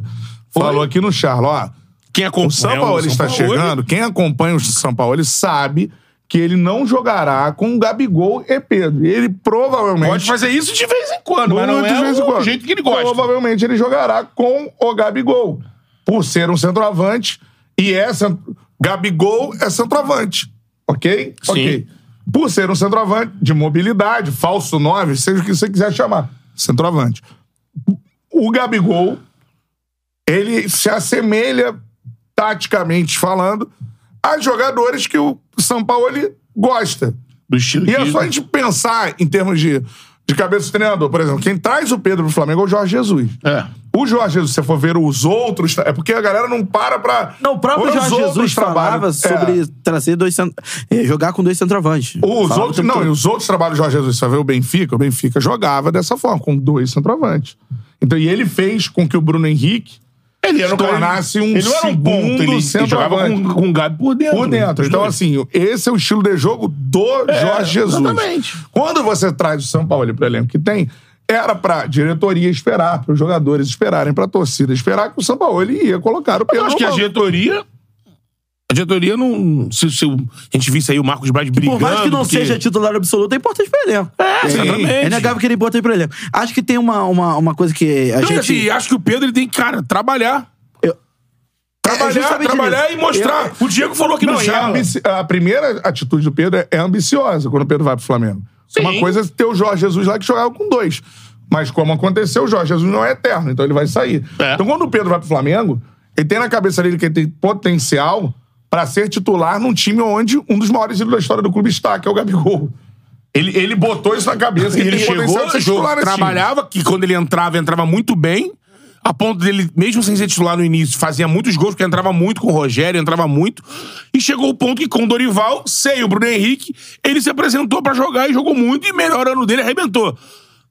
Speaker 2: Falou aqui no Charla, ó.
Speaker 3: Quem acompanha
Speaker 2: O São Paulo está chegando, quem acompanha o São Paulo ele sabe que ele não jogará com Gabigol e Pedro. Ele provavelmente
Speaker 3: Pode fazer isso de vez em quando, mas não
Speaker 2: Muito
Speaker 3: é
Speaker 2: de vez em
Speaker 3: o
Speaker 2: quando. Então,
Speaker 3: jeito que ele gosta.
Speaker 2: Provavelmente ele jogará com o Gabigol, por ser um centroavante e é cent... Gabigol é centroavante, ok?
Speaker 3: Sim.
Speaker 2: Ok. Por ser um centroavante de mobilidade, falso 9, seja o que você quiser chamar, centroavante. O Gabigol, ele se assemelha, taticamente falando, a jogadores que o São Paulo gosta.
Speaker 3: Do estilo
Speaker 2: E é
Speaker 3: que-
Speaker 2: só a gente pensar em termos de, de cabeça do treinador. Por exemplo, quem traz o Pedro pro Flamengo é o Jorge Jesus.
Speaker 3: É.
Speaker 2: O Jorge Jesus, se você for ver os outros. É porque a galera não para pra.
Speaker 4: Não, o próprio
Speaker 2: Os
Speaker 4: Jorge
Speaker 2: outros
Speaker 4: Jesus falava
Speaker 2: trabalhos-
Speaker 4: sobre
Speaker 2: é.
Speaker 4: trazer dois cent... eh, jogar com dois centroavantes.
Speaker 2: Os
Speaker 4: Falava o
Speaker 2: outros,
Speaker 4: tempo
Speaker 2: não,
Speaker 4: todo.
Speaker 2: e os outros trabalhos do Jorge Jesus, você vê o Benfica, o Benfica jogava dessa forma, com dois centroavantes. Então, e ele fez com que o Bruno Henrique
Speaker 3: Ele era um
Speaker 2: Se
Speaker 3: cara-
Speaker 2: tornasse um
Speaker 3: ele não era um ponto,
Speaker 2: segundo
Speaker 3: ele, ele jogava
Speaker 2: centroavante.
Speaker 3: com, com o Gabi por dentro.
Speaker 2: por dentro.
Speaker 3: Os
Speaker 2: Então,
Speaker 3: dois.
Speaker 2: assim, esse é o estilo de jogo do
Speaker 3: É,
Speaker 2: Jorge Jesus.
Speaker 3: exatamente.
Speaker 2: Quando você traz o São Paulo para o elenco que tem, era pra diretoria esperar, para os jogadores esperarem, pra torcida esperar que o São Paulo ia colocar o
Speaker 3: Mas eu
Speaker 2: Pedro
Speaker 3: acho
Speaker 2: no
Speaker 3: que a
Speaker 2: banco.
Speaker 3: diretoria. A diretoria não. Se, se o- a gente visse aí o Marcos Braz brigando.
Speaker 4: Por mais que não
Speaker 3: porque-
Speaker 4: seja titular absoluto, é importante pro elenco. É,
Speaker 3: exatamente.
Speaker 4: É inegável que ele bota aí pro elenco. Acho que tem uma, uma, uma coisa que a
Speaker 3: Então,
Speaker 4: gente. é
Speaker 3: assim, acho que o Pedro ele tem que, cara, trabalhar.
Speaker 4: Eu- É
Speaker 3: Trabalhar,
Speaker 4: justamente
Speaker 3: trabalhar
Speaker 4: isso.
Speaker 3: e mostrar. O Diego falou aqui
Speaker 2: Não,
Speaker 3: no
Speaker 2: e é a,
Speaker 3: chat.
Speaker 2: ambici- a primeira atitude do Pedro é- é ambiciosa quando o Pedro vai pro Flamengo.
Speaker 3: Sim.
Speaker 2: Uma coisa é ter o Jorge Jesus lá que jogava com dois. Mas como aconteceu, o Jorge Jesus não é eterno, então ele vai sair.
Speaker 3: É.
Speaker 2: Então quando o Pedro vai pro Flamengo, ele tem na cabeça dele que ele tem potencial pra ser titular num time onde um dos maiores ídolos da história do clube está, que é o Gabigol. Ele, ele botou isso na cabeça. que
Speaker 3: ele
Speaker 2: tem
Speaker 3: chegou,
Speaker 2: potencial de ser
Speaker 3: jogou,
Speaker 2: titular assim. nesse time.
Speaker 3: trabalhava, que quando ele entrava, entrava muito bem. A ponto dele, mesmo sem ser titular no início, fazia muitos gols, porque entrava muito com o Rogério, entrava muito. E chegou o ponto que com o Dorival, sem o Bruno Henrique, ele se apresentou pra jogar e jogou muito, e melhor ano dele, arrebentou.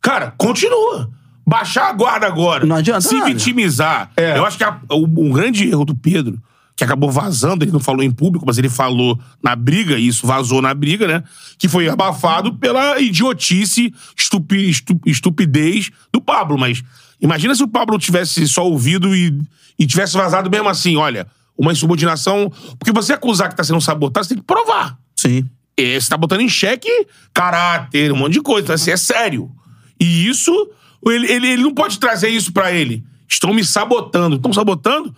Speaker 3: Cara, continua. Baixar a guarda agora.
Speaker 4: Não adianta
Speaker 3: Se
Speaker 4: nada.
Speaker 3: vitimizar.
Speaker 2: É.
Speaker 3: Eu acho que a- o, um grande erro do Pedro, que acabou vazando, ele não falou em público, mas ele falou na briga, e isso vazou na briga, né? Que foi abafado pela idiotice, estupi, estu- estupidez do Pablo. Mas imagina se o Pablo tivesse só ouvido e, e tivesse vazado mesmo assim, olha, uma insubordinação. Porque você acusar que tá sendo sabotado, você tem que provar.
Speaker 4: Sim.
Speaker 3: É, Você tá botando em xeque caráter, um monte de coisa. Então, assim, é sério. E isso, ele, ele, ele não pode trazer isso pra ele. Estão me sabotando. Estão sabotando?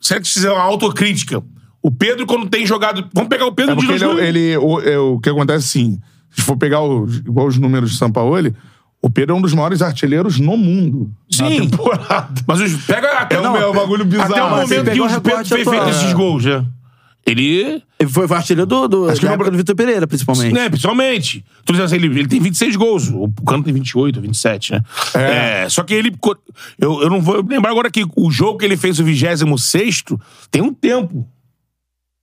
Speaker 3: Será que isso é uma autocrítica? O Pedro, quando tem jogado. Vamos pegar o Pedro
Speaker 2: É
Speaker 3: de
Speaker 2: porque ele, é o-
Speaker 3: 2000.
Speaker 2: ele- o, é o que acontece sim. Se for pegar os, igual os números de São Paulo, o Pedro é um dos maiores artilheiros no mundo. Na
Speaker 3: um. Sim.
Speaker 2: temporada.
Speaker 3: Mas os, pega até,
Speaker 2: É um- é um bagulho bizarro.
Speaker 3: Até o
Speaker 2: Mas
Speaker 3: momento
Speaker 4: ele
Speaker 3: que o
Speaker 4: pegou o
Speaker 3: Pedro
Speaker 4: recorte
Speaker 3: fez
Speaker 2: É.
Speaker 4: atual.
Speaker 3: feito esses gols, né? Ele.
Speaker 4: Ele É, foi, foi artilheiro do, do,
Speaker 3: Acho que é
Speaker 4: da
Speaker 3: o Bra-
Speaker 4: época do Vitor Pereira, principalmente.
Speaker 3: Né, principalmente. Tô dizendo assim, ele, ele tem 26 gols. O Cano tem 28, 27, né?
Speaker 2: É.
Speaker 3: É, só que ele. co- Eu, eu não vou lembrar agora que o jogo que ele fez o 26 tem um tempo.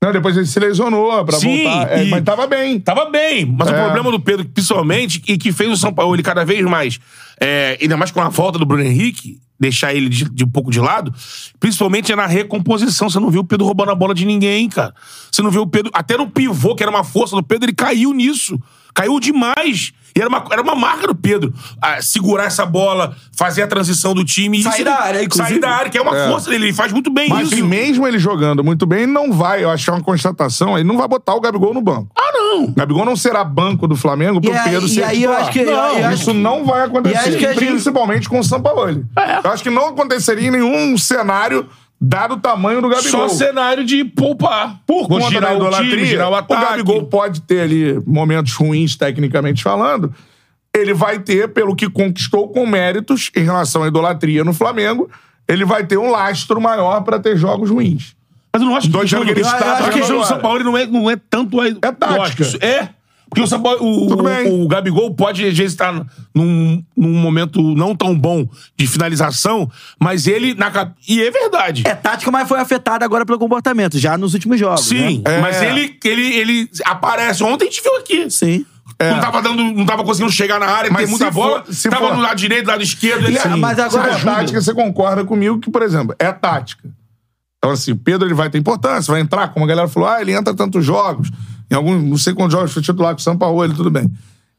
Speaker 2: Não, depois ele se lesionou pra
Speaker 3: Sim,
Speaker 2: voltar. É,
Speaker 3: e- tá
Speaker 2: Mas tava bem.
Speaker 3: Tava bem, mas
Speaker 2: É.
Speaker 3: o problema do Pedro, principalmente, e que fez o São Paulo ele cada vez mais, é, ainda mais com a volta do Bruno Henrique, deixar ele de, de um pouco de lado, principalmente é na recomposição. Você não viu o Pedro roubando a bola de ninguém, cara. Você não viu o Pedro. Até no pivô, que era uma força do Pedro, ele caiu nisso. Caiu demais. E era uma, era uma marca do Pedro. Ah, segurar essa bola, fazer a transição do time. e
Speaker 5: Sair
Speaker 3: isso
Speaker 5: da
Speaker 3: ele-
Speaker 5: área, inclusive.
Speaker 3: Sair da área, que é uma
Speaker 2: É.
Speaker 3: força dele. Ele faz muito bem
Speaker 2: Mas
Speaker 3: isso.
Speaker 2: assim, mesmo ele jogando muito bem, ele não vai. Eu acho que é uma constatação. Ele não vai botar o Gabigol no banco.
Speaker 3: Ah, não!
Speaker 2: Gabigol não será banco do Flamengo pro
Speaker 4: E aí-
Speaker 2: Pedro
Speaker 4: e
Speaker 2: ser
Speaker 4: aí eu
Speaker 2: titular.
Speaker 4: acho que- eu-
Speaker 2: não,
Speaker 4: eu acho
Speaker 2: isso
Speaker 4: que-
Speaker 2: não vai
Speaker 4: e acho
Speaker 2: acontecer.
Speaker 4: que a gente-
Speaker 2: principalmente com o Sampaoli.
Speaker 3: É.
Speaker 2: Eu acho que não aconteceria em nenhum cenário dado o tamanho do Gabigol.
Speaker 3: Só cenário de poupar.
Speaker 2: Por
Speaker 3: Vou
Speaker 2: conta
Speaker 3: girar
Speaker 2: da
Speaker 3: o time,
Speaker 2: idolatria,
Speaker 3: girar o ataque.
Speaker 2: Gabigol pode ter ali momentos ruins, tecnicamente falando. Ele vai ter, pelo que conquistou com méritos em relação à idolatria no Flamengo, ele vai ter um lastro maior pra ter jogos ruins.
Speaker 3: Mas eu não acho que
Speaker 2: Dois
Speaker 3: a questão
Speaker 2: anos que ele
Speaker 3: do-
Speaker 2: está,
Speaker 3: eu acho que a questão do
Speaker 2: agora.
Speaker 3: São Paulo não é, não é tanto a... É
Speaker 2: tática.
Speaker 3: É. Porque o, São Paulo, o,
Speaker 2: Tudo bem.
Speaker 3: o, o Gabigol pode, às vezes, estar num, num momento não tão bom de finalização, mas ele... Na, cap- e é verdade.
Speaker 4: É tática, mas foi afetada agora pelo comportamento, já nos últimos jogos.
Speaker 3: Sim,
Speaker 4: né?
Speaker 2: É.
Speaker 3: mas ele, ele, ele aparece. Ontem a gente viu aqui.
Speaker 4: Sim.
Speaker 3: Não, tava dando, não tava conseguindo chegar na área,
Speaker 2: Mas
Speaker 3: ter muita
Speaker 2: se
Speaker 3: bola.
Speaker 2: for- se
Speaker 3: tava
Speaker 2: for- é,
Speaker 3: no lado direito, lado esquerdo.
Speaker 4: E a-
Speaker 3: assim.
Speaker 4: mas agora
Speaker 2: a
Speaker 4: ajuda.
Speaker 2: tática, você concorda comigo que, por exemplo, é tática. Então, assim, o Pedro ele vai ter importância, vai entrar, como a galera falou, ah, ele entra tantos jogos. Em alguns, não sei quantos jogos foi titular com o São Paulo, ele tudo bem.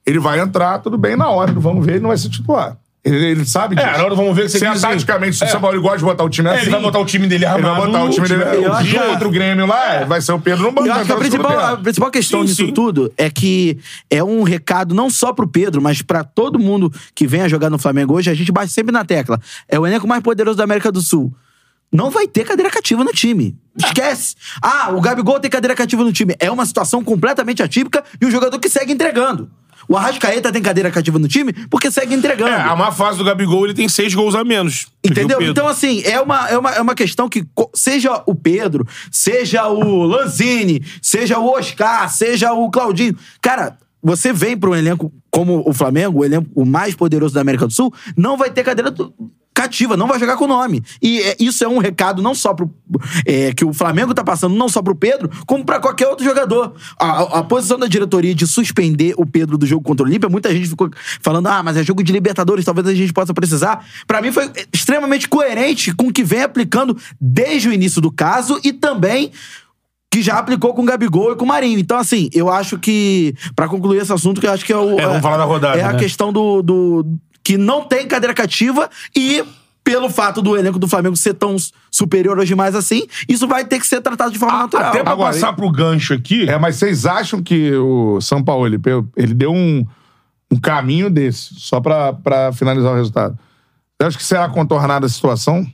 Speaker 2: Ele vai entrar, tudo bem, na hora, do vamos ver, ele não vai ser titular. Ele, ele sabe disso.
Speaker 3: agora vamos ver o que você
Speaker 2: Se
Speaker 3: quer
Speaker 2: é
Speaker 3: dizer.
Speaker 2: taticamente, se o
Speaker 3: É.
Speaker 2: São Paulo ele gosta de botar o time
Speaker 3: É,
Speaker 2: assim.
Speaker 3: ele vai botar o time
Speaker 2: ele
Speaker 3: dele armado. é,
Speaker 2: vai botar o time dele.
Speaker 3: Eu
Speaker 2: O
Speaker 3: acho
Speaker 2: dia
Speaker 3: que- É.
Speaker 2: contra o Grêmio lá, vai ser o Pedro no banco.
Speaker 4: E eu
Speaker 2: vai
Speaker 4: acho que
Speaker 2: entrar
Speaker 4: a
Speaker 2: no segundo
Speaker 4: principal, a
Speaker 2: tempo.
Speaker 4: principal questão
Speaker 3: Sim,
Speaker 4: disso
Speaker 3: sim.
Speaker 4: tudo é que é um recado não só pro Pedro, mas pra todo mundo que vem a jogar no Flamengo hoje, a gente bate sempre na tecla. É o elenco mais poderoso da América do Sul. Não vai ter cadeira cativa no time. Esquece. Ah, o Gabigol tem cadeira cativa no time. É uma situação completamente atípica e um jogador que segue entregando. O Arrascaeta tem cadeira cativa no time porque segue entregando.
Speaker 3: É, a má fase do Gabigol, ele tem seis gols a menos. do que o
Speaker 4: Entendeu?
Speaker 3: Pedro.
Speaker 4: Então, assim, é uma, é, uma, é uma questão que, co- seja o Pedro, seja o Lanzini, seja o Oscar, seja o Claudinho. Cara, você vem para um elenco como o Flamengo, o elenco o mais poderoso da América do Sul, não vai ter cadeira do- cativa, não vai jogar com o nome. E é, isso é um recado não só pro. é, que o Flamengo tá passando, não só pro Pedro, como para qualquer outro jogador. A, a- a posição da diretoria de suspender o Pedro do jogo contra o Olímpia, muita gente ficou falando, ah, mas é jogo de Libertadores, talvez a gente possa precisar. Pra mim foi extremamente coerente com o que vem aplicando desde o início do caso e também que já aplicou com o Gabigol e com o Marinho. Então, assim, eu acho que, Pra concluir esse assunto, que eu acho que é o.
Speaker 3: É, vamos falar da rodada,
Speaker 4: É a
Speaker 3: né?
Speaker 4: questão do, do- que não tem cadeira cativa e. Pelo fato do elenco do Flamengo ser tão superior aos demais assim, isso vai ter que ser tratado de forma natural.
Speaker 3: Ah, Até pra
Speaker 2: Agora,
Speaker 3: passar pro gancho aqui,
Speaker 2: É, mas vocês acham que o São Paulo ele, ele deu um, um caminho desse, só pra, pra finalizar o resultado? Eu acho que será contornada a situação?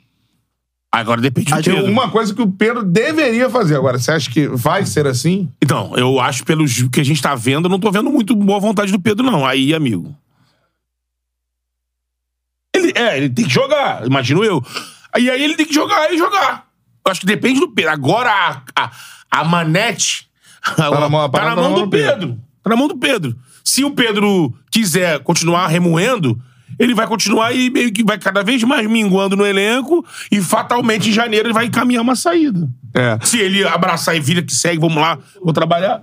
Speaker 3: agora depende do
Speaker 2: Porque
Speaker 3: Pedro.
Speaker 2: uma coisa que o Pedro deveria fazer agora. Você acha que vai ser assim?
Speaker 3: Então, eu acho pelos que a gente tá vendo, eu não tô vendo muito boa vontade do Pedro, não. Aí, amigo. Ele, é, ele tem que jogar, imagino eu. E aí ele tem que jogar e jogar. Eu acho que depende do Pedro. Agora a, a, a manete tá
Speaker 2: na mão- a
Speaker 3: tá
Speaker 2: parada
Speaker 3: na mão do Pedro. Tá na mão do Pedro. Se o Pedro quiser continuar remoendo, ele vai continuar e meio que vai cada vez mais minguando no elenco e fatalmente em janeiro ele vai encaminhar uma saída.
Speaker 2: É.
Speaker 3: Se ele abraçar e vira que segue, vamos lá, vou trabalhar.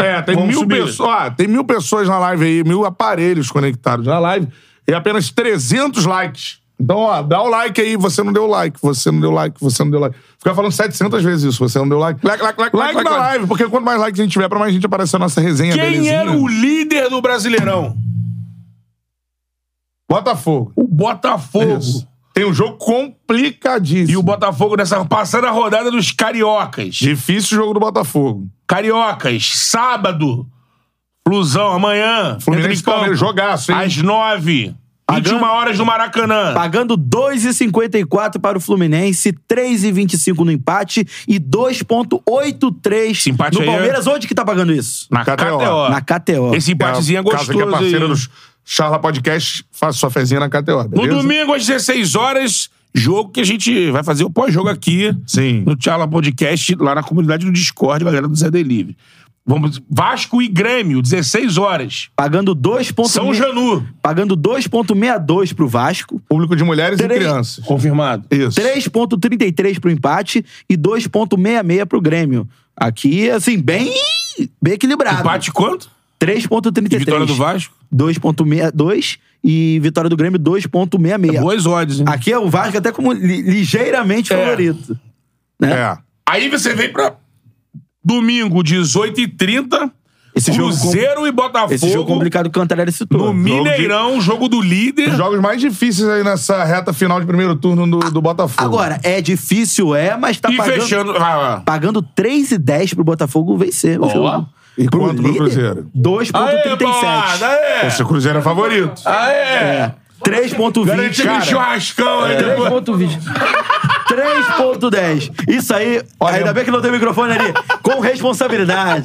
Speaker 2: É, tem
Speaker 3: Vamos
Speaker 2: mil,
Speaker 3: subir.
Speaker 2: pessoas, ó, tem mil pessoas na live aí, mil aparelhos conectados na live e apenas 300 likes. Então, ó, dá o like aí, você não deu like, você não deu like, você não deu like. Ficar falando 700 vezes isso, você não deu like. Like, like, like, like,
Speaker 3: like,
Speaker 2: na
Speaker 3: like.
Speaker 2: live, porque quanto mais likes a gente tiver, pra mais gente aparecer a nossa resenha,
Speaker 3: Quem
Speaker 2: belezinha.
Speaker 3: era o líder do Brasileirão?
Speaker 2: Botafogo. É
Speaker 3: O Botafogo.
Speaker 2: Isso. Tem um jogo complicadíssimo.
Speaker 3: E o Botafogo nessa passada rodada dos Cariocas.
Speaker 2: Difícil jogo do Botafogo.
Speaker 3: Cariocas, sábado. Flusão, amanhã.
Speaker 2: Fluminense
Speaker 3: entra em campo.
Speaker 2: Palmeiras, jogaço, hein?
Speaker 3: Às nove.
Speaker 4: Pagando-
Speaker 3: 21 horas no Maracanã.
Speaker 4: Pagando 2,54 para o Fluminense, 3,25 no empate e 2,83
Speaker 3: Esse empate
Speaker 4: no
Speaker 3: aí é-
Speaker 4: Palmeiras. Onde que tá pagando isso?
Speaker 3: Na
Speaker 2: KTO.
Speaker 3: KTO.
Speaker 4: Na KTO.
Speaker 3: Esse empatezinho é
Speaker 2: Casa que é
Speaker 3: gostoso
Speaker 2: parceira
Speaker 3: aí.
Speaker 2: do Charla Podcast, faça sua fezinha na KTO,
Speaker 3: No
Speaker 2: beleza?
Speaker 3: domingo, às 16 horas, jogo que a gente vai fazer o pós-jogo aqui.
Speaker 2: Sim.
Speaker 3: No Tchala Podcast, lá na comunidade do Discord, galera do Zé Delivery. Vamos, Vasco e Grêmio, 16 horas.
Speaker 4: Pagando 2.
Speaker 3: São Janu.
Speaker 4: Pagando 2,62 pro Vasco,
Speaker 2: Público de mulheres e
Speaker 4: Três-
Speaker 2: crianças.
Speaker 3: Confirmado.
Speaker 2: Isso.
Speaker 4: 3,33 pro empate e 2,66 pro Grêmio. Aqui, assim, bem, bem equilibrado.
Speaker 3: Empate quanto? E
Speaker 4: 3,33.
Speaker 3: vitória do Vasco?
Speaker 4: 2,62 e vitória do Grêmio 2,66.
Speaker 3: Boas odds, É hein?
Speaker 4: Aqui é o Vasco até como li- ligeiramente
Speaker 3: É.
Speaker 4: favorito.
Speaker 2: É.
Speaker 3: Aí você vem pra domingo, 18h30.
Speaker 4: Esse jogo com-
Speaker 3: Cruzeiro e Botafogo.
Speaker 4: Esse jogo complicado que o Cantarelli citou.
Speaker 3: No Mineirão, jogo do líder.
Speaker 2: Os jogos mais difíceis aí nessa reta final de primeiro turno do, do Botafogo.
Speaker 4: Agora, é difícil, é, mas tá
Speaker 3: e
Speaker 4: pagando,
Speaker 3: fechando. Ah,
Speaker 4: pagando 3,10 pro Botafogo vencer. O jogo.
Speaker 2: E quanto pro Cruzeiro?
Speaker 4: 2,37.
Speaker 2: O seu Cruzeiro é favorito.
Speaker 3: Ah, Aê!
Speaker 4: 3,20.
Speaker 3: Garantindo um
Speaker 4: É. cara. é.
Speaker 3: churrascão aí né? depois.
Speaker 4: 3,20. 3,10. Isso aí,
Speaker 2: Olha,
Speaker 4: ainda bem que não tem microfone ali. Com responsabilidade.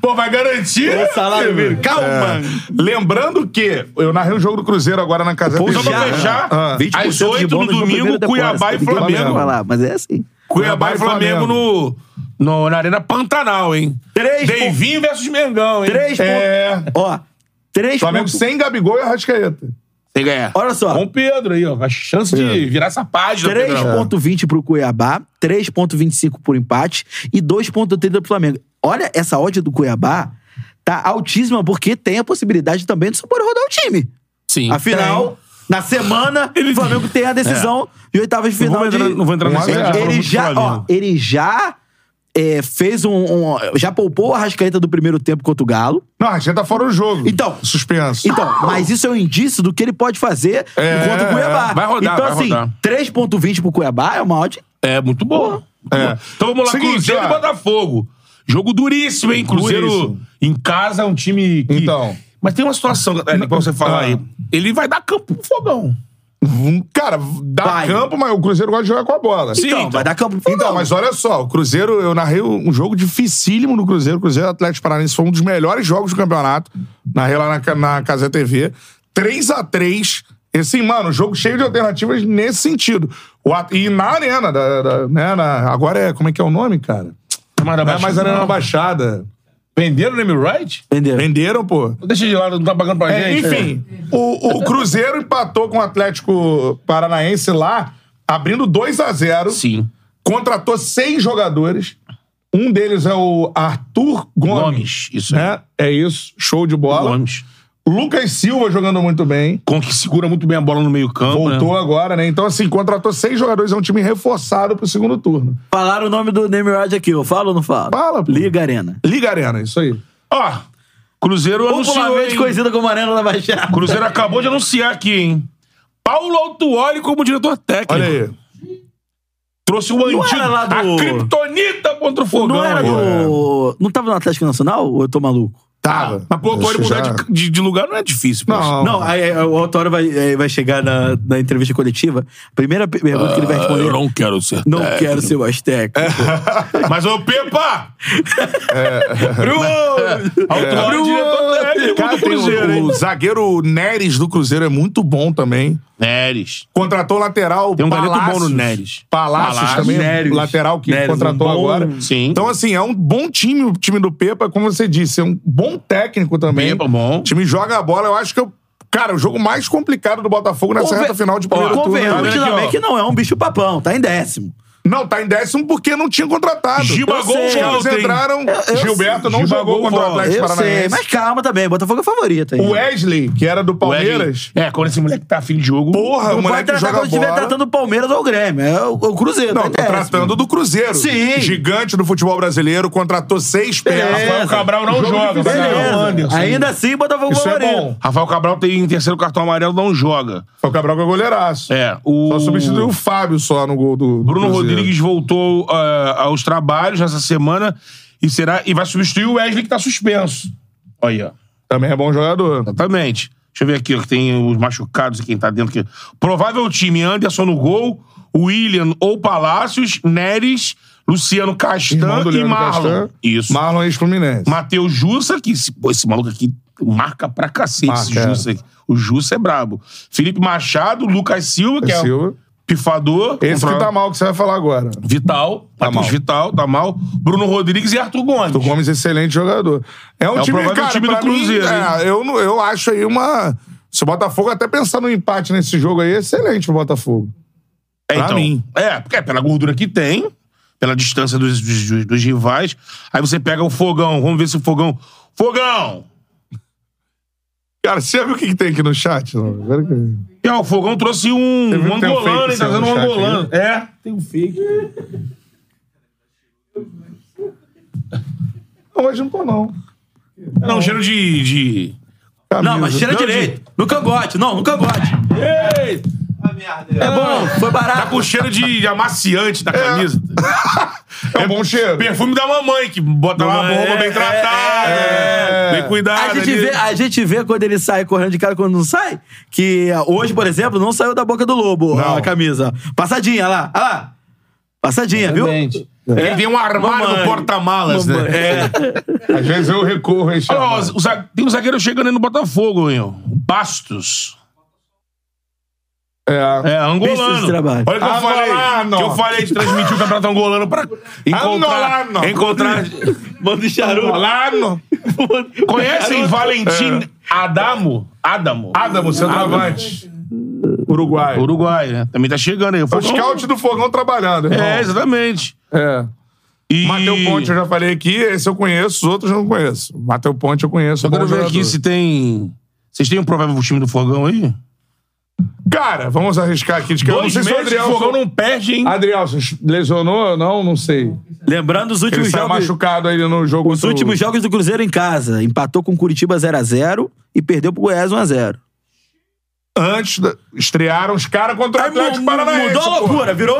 Speaker 3: Pô, vai garantir.
Speaker 4: O salário
Speaker 3: Primeiro,
Speaker 4: mínimo.
Speaker 3: Calma.
Speaker 2: É. Lembrando que eu narrei o jogo do Cruzeiro agora na casa
Speaker 4: Pô,
Speaker 3: Só pra
Speaker 4: já,
Speaker 3: fechar,
Speaker 2: Ah.
Speaker 3: às
Speaker 4: 20% de
Speaker 3: 8 do
Speaker 4: bônus no primeiro
Speaker 3: domingo,
Speaker 4: depósito.
Speaker 3: Cuiabá e
Speaker 4: Ninguém vai
Speaker 3: Flamengo.
Speaker 4: falar, mas é assim.
Speaker 3: Cuiabá
Speaker 2: Cuiabá e
Speaker 3: e Flamengo no, no, na Arena Pantanal, hein?
Speaker 4: Três
Speaker 3: Deivinho versus Mengão, hein?
Speaker 4: 3
Speaker 2: É.
Speaker 4: Ó, 3
Speaker 2: Flamengo sem Gabigol e Arrascaeta.
Speaker 3: Tem que ganhar.
Speaker 4: Olha só.
Speaker 3: Com o Pedro aí, ó. A chance Um de virar essa página. Pedrão.
Speaker 4: 3,20 pro Cuiabá, 3,25 por empate e 2,30 pro Flamengo. Olha, essa ódio do Cuiabá tá altíssima porque tem a possibilidade também de São Paulo rodar o time.
Speaker 3: Sim.
Speaker 4: Afinal, na semana, o Flamengo tem a decisão de oitavas de
Speaker 3: Não
Speaker 4: final.
Speaker 3: vou entrar-
Speaker 4: de...
Speaker 3: não vou entrar
Speaker 2: nesse
Speaker 4: ele,
Speaker 2: assunto,
Speaker 4: ele
Speaker 3: falou muito
Speaker 4: já, ó,
Speaker 3: Flamengo.
Speaker 4: ele já é, fez um, um- Já poupou a rascaeta do primeiro tempo contra o Galo.
Speaker 2: Não, Arrascaeta tá fora o jogo.
Speaker 4: Então.
Speaker 2: Suspenso.
Speaker 4: Então, mas isso é um indício do que ele pode fazer
Speaker 2: É,
Speaker 4: contra o Cuiabá.
Speaker 3: é. Vai rodar,
Speaker 4: então,
Speaker 3: vai
Speaker 4: assim,
Speaker 3: rodar.
Speaker 4: 3,20 pro Cuiabá é uma odd
Speaker 3: É, muito boa.
Speaker 2: É.
Speaker 3: Então vamos lá,
Speaker 2: Seguinte,
Speaker 3: Cruzeiro
Speaker 2: ó.
Speaker 3: e Botafogo. Jogo duríssimo, hein? Cruzeiro
Speaker 2: Duríssimo.
Speaker 3: em casa, um time que...
Speaker 2: Então.
Speaker 3: Mas tem uma situação, Gabriel, pra você falar
Speaker 2: Ah.
Speaker 3: aí. Ele vai dar campo pro fogão.
Speaker 2: Hum, Cara, dá
Speaker 4: Vai.
Speaker 2: campo, mas o Cruzeiro gosta de jogar com a bola.
Speaker 3: Sim,
Speaker 4: Então,
Speaker 3: então.
Speaker 4: vai dar campo pro
Speaker 2: Então,
Speaker 4: Flamengo.
Speaker 2: mas olha só, o Cruzeiro, eu narrei um jogo dificílimo no Cruzeiro. O Cruzeiro Atlético Paranaense foi um dos melhores jogos do campeonato. Narrei lá na, ca- na Casa TV. 3 a 3 E assim, mano, jogo cheio de alternativas nesse sentido. O at- e na arena, da, da- né, na- agora é. Como é que é o nome, cara? Não é mais Arena Baixada.
Speaker 3: Venderam o Name Right?
Speaker 4: Entendeu?
Speaker 2: Venderam, pô.
Speaker 3: Deixa de lado, não tá pagando pra
Speaker 2: É,
Speaker 3: gente.
Speaker 2: enfim, o, o Cruzeiro empatou com o Atlético Paranaense lá, abrindo 2 a 0
Speaker 3: Sim.
Speaker 2: Contratou seis jogadores. Um deles é o Arthur Gomes.
Speaker 3: Gomes, isso aí.
Speaker 2: né? É isso. Show de bola.
Speaker 3: Gomes.
Speaker 2: Lucas Silva jogando muito bem.
Speaker 3: Com que segura muito bem a bola no meio-campo.
Speaker 2: Voltou
Speaker 3: né?
Speaker 2: agora, né? Então, assim, contratou seis jogadores. É um time reforçado pro segundo turno.
Speaker 4: Falaram o nome do Name Rod aqui, eu falo ou não falo?
Speaker 2: Fala, pô.
Speaker 4: Liga Arena.
Speaker 2: Liga Arena, isso aí.
Speaker 3: Ó, Cruzeiro anunciou.
Speaker 4: Popularmente
Speaker 3: hein?
Speaker 4: conhecida como Arena da Baixada.
Speaker 3: Cruzeiro acabou de anunciar aqui, hein? Paulo Autuori como diretor técnico.
Speaker 2: Olha aí.
Speaker 3: Trouxe o
Speaker 4: Não
Speaker 3: antídoto.
Speaker 4: era lá do-
Speaker 3: A Kryptonita contra o Fogão.
Speaker 4: Não era do... Tá. Não tava no Atlético Nacional ou eu tô maluco?
Speaker 2: Tava.
Speaker 3: Ah, Mas, pô, Autuori
Speaker 2: Isso
Speaker 3: mudar
Speaker 2: Tá. já-
Speaker 3: de, de- de lugar não é difícil, pô.
Speaker 2: Não.
Speaker 4: Não, aí, aí, o Autório vai, aí vai chegar na, na entrevista coletiva. Primeira pe- pergunta que ele vai responder.
Speaker 3: Ah,
Speaker 4: é,
Speaker 3: Eu não quero ser.
Speaker 4: Não
Speaker 3: técnico.
Speaker 4: quero ser o Azteca.
Speaker 2: É.
Speaker 3: Mas, é ô, Pepa! Abriu o- Autuori,
Speaker 2: Abriu o-
Speaker 3: diretor técnico
Speaker 2: É. Cara,
Speaker 3: do
Speaker 2: tem um
Speaker 3: Cruzeiro,
Speaker 2: o,
Speaker 3: hein?
Speaker 2: o zagueiro Neres do Cruzeiro é muito bom também.
Speaker 3: Neres.
Speaker 2: Contratou o lateral
Speaker 3: Tem um
Speaker 2: Palácios.
Speaker 3: garoto bom no Neres.
Speaker 2: Palácios,
Speaker 3: Palácios,
Speaker 2: também,
Speaker 3: Neres.
Speaker 2: lateral que
Speaker 3: Neres,
Speaker 2: contratou
Speaker 3: um bom-
Speaker 2: agora.
Speaker 3: Sim.
Speaker 2: Então, assim, é um bom time, o time do Pepa, como você disse, é um bom técnico também.
Speaker 3: Pepa, bom.
Speaker 2: O time joga a bola, eu acho que é o Cara, o jogo mais complicado do Botafogo nessa
Speaker 4: Conven-
Speaker 2: reta tá final de
Speaker 4: Ó,
Speaker 2: primeiro turno.
Speaker 4: Convenhamos
Speaker 2: né?
Speaker 3: Olha aqui,
Speaker 4: também
Speaker 3: ó.
Speaker 4: que não é um bicho papão, tá em décimo.
Speaker 2: Não, tá em décimo porque não tinha contratado. Então,
Speaker 3: Giba
Speaker 2: Eu
Speaker 3: Gol,
Speaker 2: sei. Eles
Speaker 3: Galtem.
Speaker 2: entraram.
Speaker 4: Eu- eu
Speaker 2: Gilberto não
Speaker 3: sei. Giba
Speaker 2: jogou
Speaker 3: Gol,
Speaker 2: contra o
Speaker 3: Paulo.
Speaker 2: Atlético
Speaker 4: Eu sei,
Speaker 2: Paranaense.
Speaker 4: mas calma também. Botafogo é favorito aí.
Speaker 2: O Wesley, que era do Palmeiras.
Speaker 3: É, quando esse moleque tá afim de jogo.
Speaker 2: Porra, o
Speaker 4: não pode
Speaker 2: moleque
Speaker 4: tratar
Speaker 2: joga
Speaker 4: como se estiver
Speaker 2: bola.
Speaker 4: tratando o Palmeiras ou o Grêmio. É o, o Cruzeiro.
Speaker 2: Não, tô
Speaker 4: tá em décimo.
Speaker 2: tratando do Cruzeiro.
Speaker 4: Sim.
Speaker 2: Gigante do futebol brasileiro, contratou seis peças.
Speaker 4: Beleza.
Speaker 3: Rafael Cabral não joga, vai
Speaker 4: Beleza.
Speaker 3: ganhar o Anderson.
Speaker 4: Ainda assim, Botafogo
Speaker 2: né? Isso é
Speaker 4: favorito.
Speaker 2: bom.
Speaker 3: Rafael Cabral tem terceiro cartão amarelo, não joga.
Speaker 2: O Cabral que é goleiraço.
Speaker 3: É, o.
Speaker 2: Só substituiu o Fábio só no gol do. do
Speaker 3: Bruno
Speaker 2: Cruzeiro.
Speaker 3: Rodrigues voltou ah, aos trabalhos nessa semana e, será, e vai substituir o Wesley, que tá suspenso. Olha aí, ó.
Speaker 2: Também é bom jogador.
Speaker 3: Tá. Exatamente. Deixa eu ver aqui, ó, que tem os machucados e quem tá dentro aqui. Provável time: Anderson no gol, William ou Palácios, Neres, Luciano
Speaker 2: Irmão
Speaker 3: Castan
Speaker 2: do
Speaker 3: e
Speaker 2: Leandro
Speaker 3: Marlon.
Speaker 2: Castan.
Speaker 3: Isso.
Speaker 2: Marlon é ex-Fluminense.
Speaker 3: Matheus Jussa, que esse, pô, esse maluco aqui marca pra cacete esse
Speaker 2: Marca, é.
Speaker 3: Jussa aqui. O Jussa é brabo. Felipe Machado, Lucas Silva, que é o
Speaker 2: Silva.
Speaker 3: pifador.
Speaker 2: Esse que
Speaker 3: Contra-
Speaker 2: tá mal que você vai falar agora.
Speaker 3: Vital,
Speaker 2: Tá
Speaker 3: Matheus
Speaker 2: mal.
Speaker 3: Vital, tá mal. Bruno Rodrigues e Arthur Gomes.
Speaker 2: O Gomes, excelente jogador. É um
Speaker 3: É o
Speaker 2: time,
Speaker 3: provável
Speaker 2: cara,
Speaker 3: time do
Speaker 2: pra mim,
Speaker 3: Cruzeiro,
Speaker 2: é, eu, não- eu acho aí uma. Se o Botafogo até pensar no empate nesse jogo aí, é excelente pro Botafogo.
Speaker 3: É,
Speaker 2: Pra mim.
Speaker 3: É, porque é pela gordura que tem, pela distância dos, dos- dos rivais. Aí você pega o fogão, vamos ver se o fogão. Fogão!
Speaker 2: Cara, você já viu o que, que tem aqui no chat? Não, agora que-
Speaker 3: E, ó, o fogão trouxe um,
Speaker 2: Teve-
Speaker 3: um
Speaker 2: tem um
Speaker 3: angolano,
Speaker 2: fake
Speaker 3: hein? Tá
Speaker 2: seu
Speaker 3: fazendo um
Speaker 2: no chat
Speaker 3: angolano. É, tem um fake.
Speaker 2: Não, hoje não tô, não.
Speaker 3: Não, cheiro de. de...
Speaker 2: Camisa.
Speaker 4: Não, mas cheira
Speaker 3: Não,
Speaker 4: direito. No cangote. Não, no cangote.
Speaker 3: Ei!
Speaker 4: É bom, foi barato.
Speaker 3: Tá com cheiro de amaciante da camisa.
Speaker 2: É um bom cheiro.
Speaker 3: Perfume da mamãe, que bota lá uma
Speaker 4: Mamãe,
Speaker 3: bomba bem
Speaker 4: é,
Speaker 3: tratada.
Speaker 2: é, é.
Speaker 3: Bem cuidada.
Speaker 4: A gente,
Speaker 3: ali.
Speaker 4: vê, a gente vê quando ele sai correndo de cara e quando não sai. Que ah, hoje, por exemplo, não saiu da boca do lobo
Speaker 2: Não.
Speaker 4: a camisa. Passadinha, olha lá, olha lá. Passadinha, viu?
Speaker 3: Ele tem um armário
Speaker 4: Mamãe.
Speaker 3: no porta-malas, né?
Speaker 4: Mamãe.
Speaker 3: É.
Speaker 2: Às vezes eu recorro a esse
Speaker 3: Olha, ó,
Speaker 2: chamado.
Speaker 3: o zague- tem um zagueiro chegando aí no Botafogo, hein? ó. Bastos.
Speaker 2: É.
Speaker 3: É,
Speaker 4: Pista
Speaker 3: angolano.
Speaker 4: de trabalho.
Speaker 3: Olha o que eu falei.
Speaker 2: Angolano.
Speaker 3: Que eu falei de transmitir o campeonato angolano pra encontrar.
Speaker 2: Angolano.
Speaker 3: encontrar
Speaker 4: Manda o charuto.
Speaker 2: Lá no.
Speaker 3: conhecem Valentim Adamo? É. Adamo.
Speaker 2: Adamo, centroavante. Uruguai. É
Speaker 3: Uruguai, né? Também tá chegando aí.
Speaker 2: O scout do fogão trabalhando. irmão.
Speaker 3: É, exatamente.
Speaker 2: É.
Speaker 3: E...
Speaker 2: Mateu Ponte, eu já falei aqui, esse eu conheço, os outros eu não conheço. Mateu Ponte eu conheço.
Speaker 3: Eu
Speaker 2: bom
Speaker 3: quero ver
Speaker 2: jogador.
Speaker 3: aqui se tem... Vocês têm um provável time do Fogão aí?
Speaker 2: Cara, vamos arriscar aqui de cara. Não
Speaker 3: Dois
Speaker 2: sei se o
Speaker 3: meses que o Ah,
Speaker 2: Adrielson.
Speaker 3: Fogão não perde, hein?
Speaker 2: Adrielson lesionou ou não? Não sei.
Speaker 4: Lembrando os
Speaker 2: Ele
Speaker 4: últimos
Speaker 2: saiu
Speaker 4: jogos.
Speaker 2: machucado aí no jogo.
Speaker 4: Os últimos jogos do Cruzeiro em casa. Empatou com o Curitiba 0x0 e perdeu pro Goiás 1x0.
Speaker 2: Antes, da- estrearam os caras contra o
Speaker 4: Aí mu-
Speaker 2: Atlético
Speaker 4: mu-
Speaker 2: Paranaense.
Speaker 4: mudou a
Speaker 2: pô.
Speaker 4: loucura, virou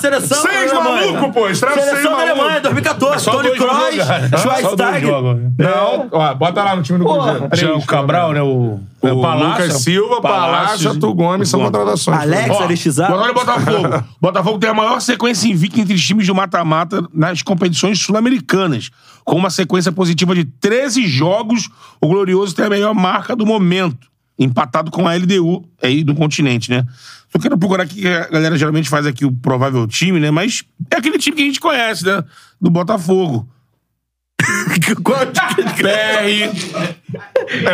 Speaker 4: seleção
Speaker 2: Seis
Speaker 4: da Alemanha.
Speaker 2: maluco, pô, estreia seis
Speaker 4: Seleção da
Speaker 2: maluco.
Speaker 4: Alemanha, 2014,
Speaker 3: Só
Speaker 4: Tony
Speaker 3: dois
Speaker 2: né?
Speaker 4: Kroos,
Speaker 3: jogos, cara. Só dois
Speaker 4: Schweinsteiger.
Speaker 3: jogos. né?
Speaker 2: Não, ó, bota lá no time do Cruzeiro.
Speaker 3: Já
Speaker 2: Três,
Speaker 3: É. o Cabral, né? O,
Speaker 2: O,
Speaker 3: é, Palácio,
Speaker 2: Lucas Silva, Palácio, Arthur Gomes são contratações.
Speaker 4: Alex,
Speaker 3: Ó,
Speaker 4: Alexizar.
Speaker 3: Agora o Botafogo. Botafogo tem a maior sequência invicta entre os times do mata-mata nas competições sul-americanas. Com uma sequência positiva de 13 jogos, o Glorioso tem a melhor marca do momento. Empatado com a LDU é aí do continente, né? Só quero procurar aqui, que a galera geralmente faz aqui o provável time, né? Mas é aquele time que a gente conhece, né? Do Botafogo. PR,
Speaker 2: É,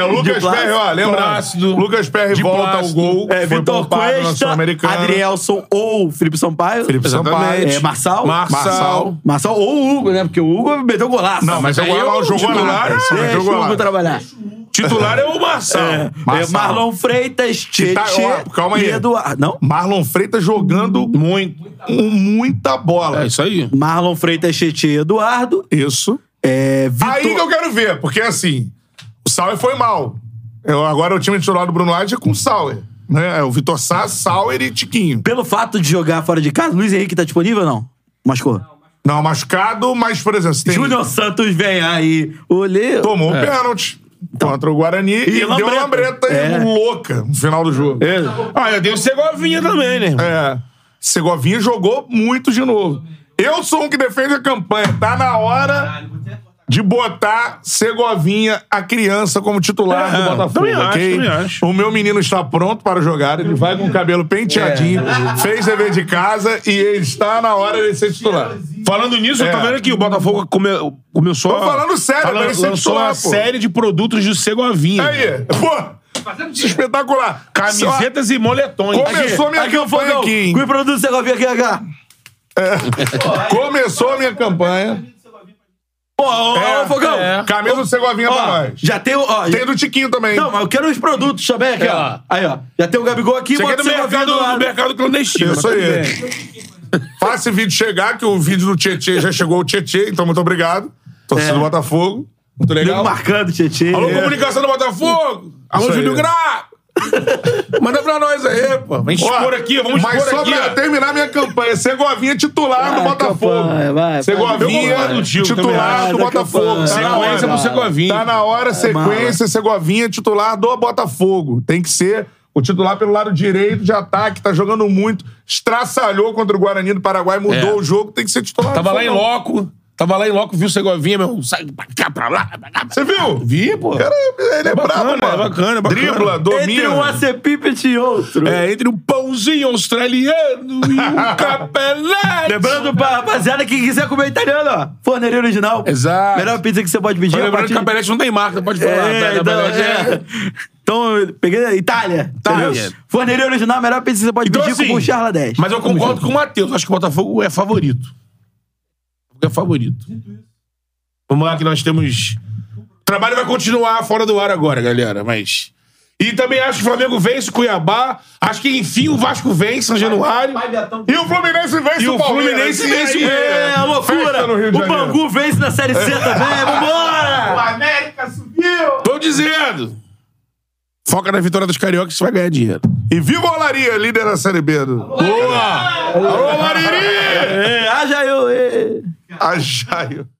Speaker 2: o
Speaker 4: De
Speaker 2: Lucas
Speaker 4: Plácido.
Speaker 2: Perry, ó,
Speaker 3: Plácido.
Speaker 2: lembrando. Lucas Perry
Speaker 3: De
Speaker 2: volta
Speaker 3: Plácido.
Speaker 2: ao gol.
Speaker 4: É,
Speaker 2: foi
Speaker 4: Vitor
Speaker 2: poupado na
Speaker 4: Cuesta,
Speaker 2: Sul-Americana.
Speaker 4: Adrielson ou Felipe Sampaio.
Speaker 2: Felipe Sampaio.
Speaker 4: É, Marçal.
Speaker 2: Marçal.
Speaker 4: Marçal ou o Hugo, né? Porque o Hugo meteu golaço.
Speaker 2: Não, mas
Speaker 3: Mas
Speaker 2: agora
Speaker 3: aí
Speaker 2: lá
Speaker 3: eu
Speaker 2: o jogo
Speaker 3: titular,
Speaker 2: lá.
Speaker 3: é,
Speaker 4: Deixa o Hugo trabalhar.
Speaker 3: titular é o Marçal.
Speaker 4: É,
Speaker 2: Marçal.
Speaker 4: é Marlon Freitas, Tietê
Speaker 2: tá- ó, calma aí.
Speaker 4: e Eduardo. Não?
Speaker 2: Marlon Freitas jogando
Speaker 3: Muito.
Speaker 2: com muita bola.
Speaker 3: É isso aí.
Speaker 4: Marlon Freitas, Tietê e Eduardo.
Speaker 2: Isso.
Speaker 4: É, Vitor...
Speaker 2: Aí que eu quero ver, porque assim, o Sauer foi mal. Eu, agora o time titular do Bruno Lage é com o Sauer. Né? É o Vitor Sá, Sauer e Tiquinho.
Speaker 4: Pelo fato de jogar fora de casa, Luiz Henrique tá disponível ou não? Machucou.
Speaker 2: Não, machucado, mas, por exemplo, você tem...
Speaker 4: Júnior Santos vem aí.
Speaker 3: Tá.
Speaker 4: Olhei.
Speaker 2: Tomou
Speaker 3: É.
Speaker 2: um pênalti contra o Guarani e, deu
Speaker 4: lambreta.
Speaker 2: uma lambreta
Speaker 4: É.
Speaker 2: louca no final do jogo. É.
Speaker 3: Ah, eu tenho o Segovinha também, né?
Speaker 2: Segovinha jogou muito de novo. Eu sou um que defende a campanha. Tá na hora de botar Segovinha, a criança, como titular
Speaker 3: É,
Speaker 2: do Botafogo,
Speaker 3: também acho,
Speaker 2: ok?
Speaker 3: também acho.
Speaker 2: O meu menino está pronto para jogar. Ele vai com o cabelo penteadinho,
Speaker 3: É.
Speaker 2: fez dever de casa e está na hora de ser titular.
Speaker 3: Falando nisso,
Speaker 2: É.
Speaker 3: eu tô vendo aqui, o Botafogo come, começou.
Speaker 2: Tô falando sério,
Speaker 3: Fala-
Speaker 2: parece ser
Speaker 3: lançou
Speaker 2: titular,
Speaker 3: uma
Speaker 2: pô.
Speaker 3: série de produtos do Segovinha.
Speaker 2: Aí, pô, é espetacular.
Speaker 3: Camisetas e moletões.
Speaker 2: Começou minha
Speaker 4: aqui, é
Speaker 2: campanha
Speaker 3: é
Speaker 4: Fogão.
Speaker 2: aqui, hein?
Speaker 4: Cui produto do Segovia aqui, aqui.
Speaker 2: Começou a minha campanha.
Speaker 4: Pô, ô, ô, Fogão.
Speaker 2: Camisa do Segovinha pra
Speaker 4: Ó,
Speaker 2: nós.
Speaker 4: já tem o. Ó,
Speaker 2: É. Tem do Tiquinho também.
Speaker 4: Não, mas eu quero os produtos também aqui,
Speaker 3: É.
Speaker 4: ó. Aí, ó. Já tem o Gabigol aqui,
Speaker 3: Isso aqui é
Speaker 4: bota
Speaker 3: do
Speaker 4: o Segovinha
Speaker 3: mercado,
Speaker 4: do
Speaker 3: do
Speaker 4: lado.
Speaker 3: mercado clandestino. tá
Speaker 2: Isso aí. Faça esse vídeo chegar, que o vídeo do Tietê já chegou o Tietê, então muito obrigado. Torcida
Speaker 4: É.
Speaker 2: do Botafogo. Muito
Speaker 4: Nego
Speaker 2: legal.
Speaker 4: marcando, Tietchan.
Speaker 2: Alô,
Speaker 4: É.
Speaker 2: comunicação do Botafogo! Alô,
Speaker 3: Isso aí.
Speaker 2: Júlio Gra! Manda pra nós aí, pô.
Speaker 3: Vamos expor aqui, vamos
Speaker 2: mas
Speaker 3: expor
Speaker 2: só
Speaker 3: aqui,
Speaker 2: pra
Speaker 3: ó.
Speaker 2: terminar minha campanha, Segovinha titular do
Speaker 4: Vai,
Speaker 2: Botafogo.
Speaker 4: campanha, vai,
Speaker 2: Segovinha
Speaker 3: vai. Eu concordo,
Speaker 2: titular
Speaker 4: Gil,
Speaker 2: do
Speaker 4: também acho.
Speaker 2: Botafogo. Tá
Speaker 4: Vai, É
Speaker 2: na
Speaker 3: Sequência
Speaker 2: hora.
Speaker 3: pro Segovinha.
Speaker 2: Tá na hora, sequência, Segovinha titular do Botafogo. Tem que ser o titular pelo lado direito de ataque, tá jogando muito, estraçalhou contra o Guarani do Paraguai, mudou
Speaker 3: É.
Speaker 2: o jogo, tem que ser titular. do
Speaker 3: Tava lá em
Speaker 2: Fogão.
Speaker 3: loco. Tava lá em loco, viu o Segovinha, meu. Sai pra cá, pra lá. pra cá, pra
Speaker 2: Você viu?
Speaker 3: lá. Vi, pô.
Speaker 2: Cara, ele é
Speaker 3: bacana,
Speaker 2: brabo, mano.
Speaker 3: é bacana, é bacana.
Speaker 2: Dribla, domina.
Speaker 4: Entre um acepipet e outro.
Speaker 3: É, entre um pãozinho australiano e um capelete.
Speaker 4: Lembrando pra rapaziada que quiser comer italiano, ó. Forneria original.
Speaker 3: Exato.
Speaker 4: Melhor pizza que você pode
Speaker 3: Mas
Speaker 4: pedir. a
Speaker 3: Lembrando que
Speaker 4: partir-
Speaker 3: capelete não tem marca, pode falar.
Speaker 2: né?
Speaker 4: É,
Speaker 3: tá?
Speaker 4: então,
Speaker 3: Capelete é-
Speaker 4: é. Então, eu peguei Itália.
Speaker 3: Itália.
Speaker 4: entendeu? Forneria original, melhor pizza que você pode
Speaker 3: Então,
Speaker 4: pedir
Speaker 3: assim,
Speaker 4: com o Charla 10.
Speaker 3: Mas eu concordo com o Matheus. Acho que o Botafogo é favorito. É favorito. Vamos lá que nós temos... O trabalho vai continuar fora do ar agora, galera, mas... E também acho que o Flamengo vence o Cuiabá. Acho que, enfim, o Vasco vence São Januário.
Speaker 2: E o Fluminense vence
Speaker 3: E
Speaker 2: o
Speaker 3: o
Speaker 2: Palmeiras.
Speaker 3: Fluminense vence o
Speaker 2: E aí,
Speaker 3: Palmeiras.
Speaker 4: É, a loucura.
Speaker 2: Festa no Rio de
Speaker 4: O
Speaker 2: Janeiro.
Speaker 4: Bangu vence na Série C também. Vambora!
Speaker 2: América subiu!
Speaker 3: Tô dizendo! Foca na vitória dos cariocas, você vai ganhar dinheiro.
Speaker 2: E Vigo Olaria, líder da Série B. Do... Boa! Alô, Olaria!
Speaker 4: É, haja eu. é.
Speaker 2: Ajaio.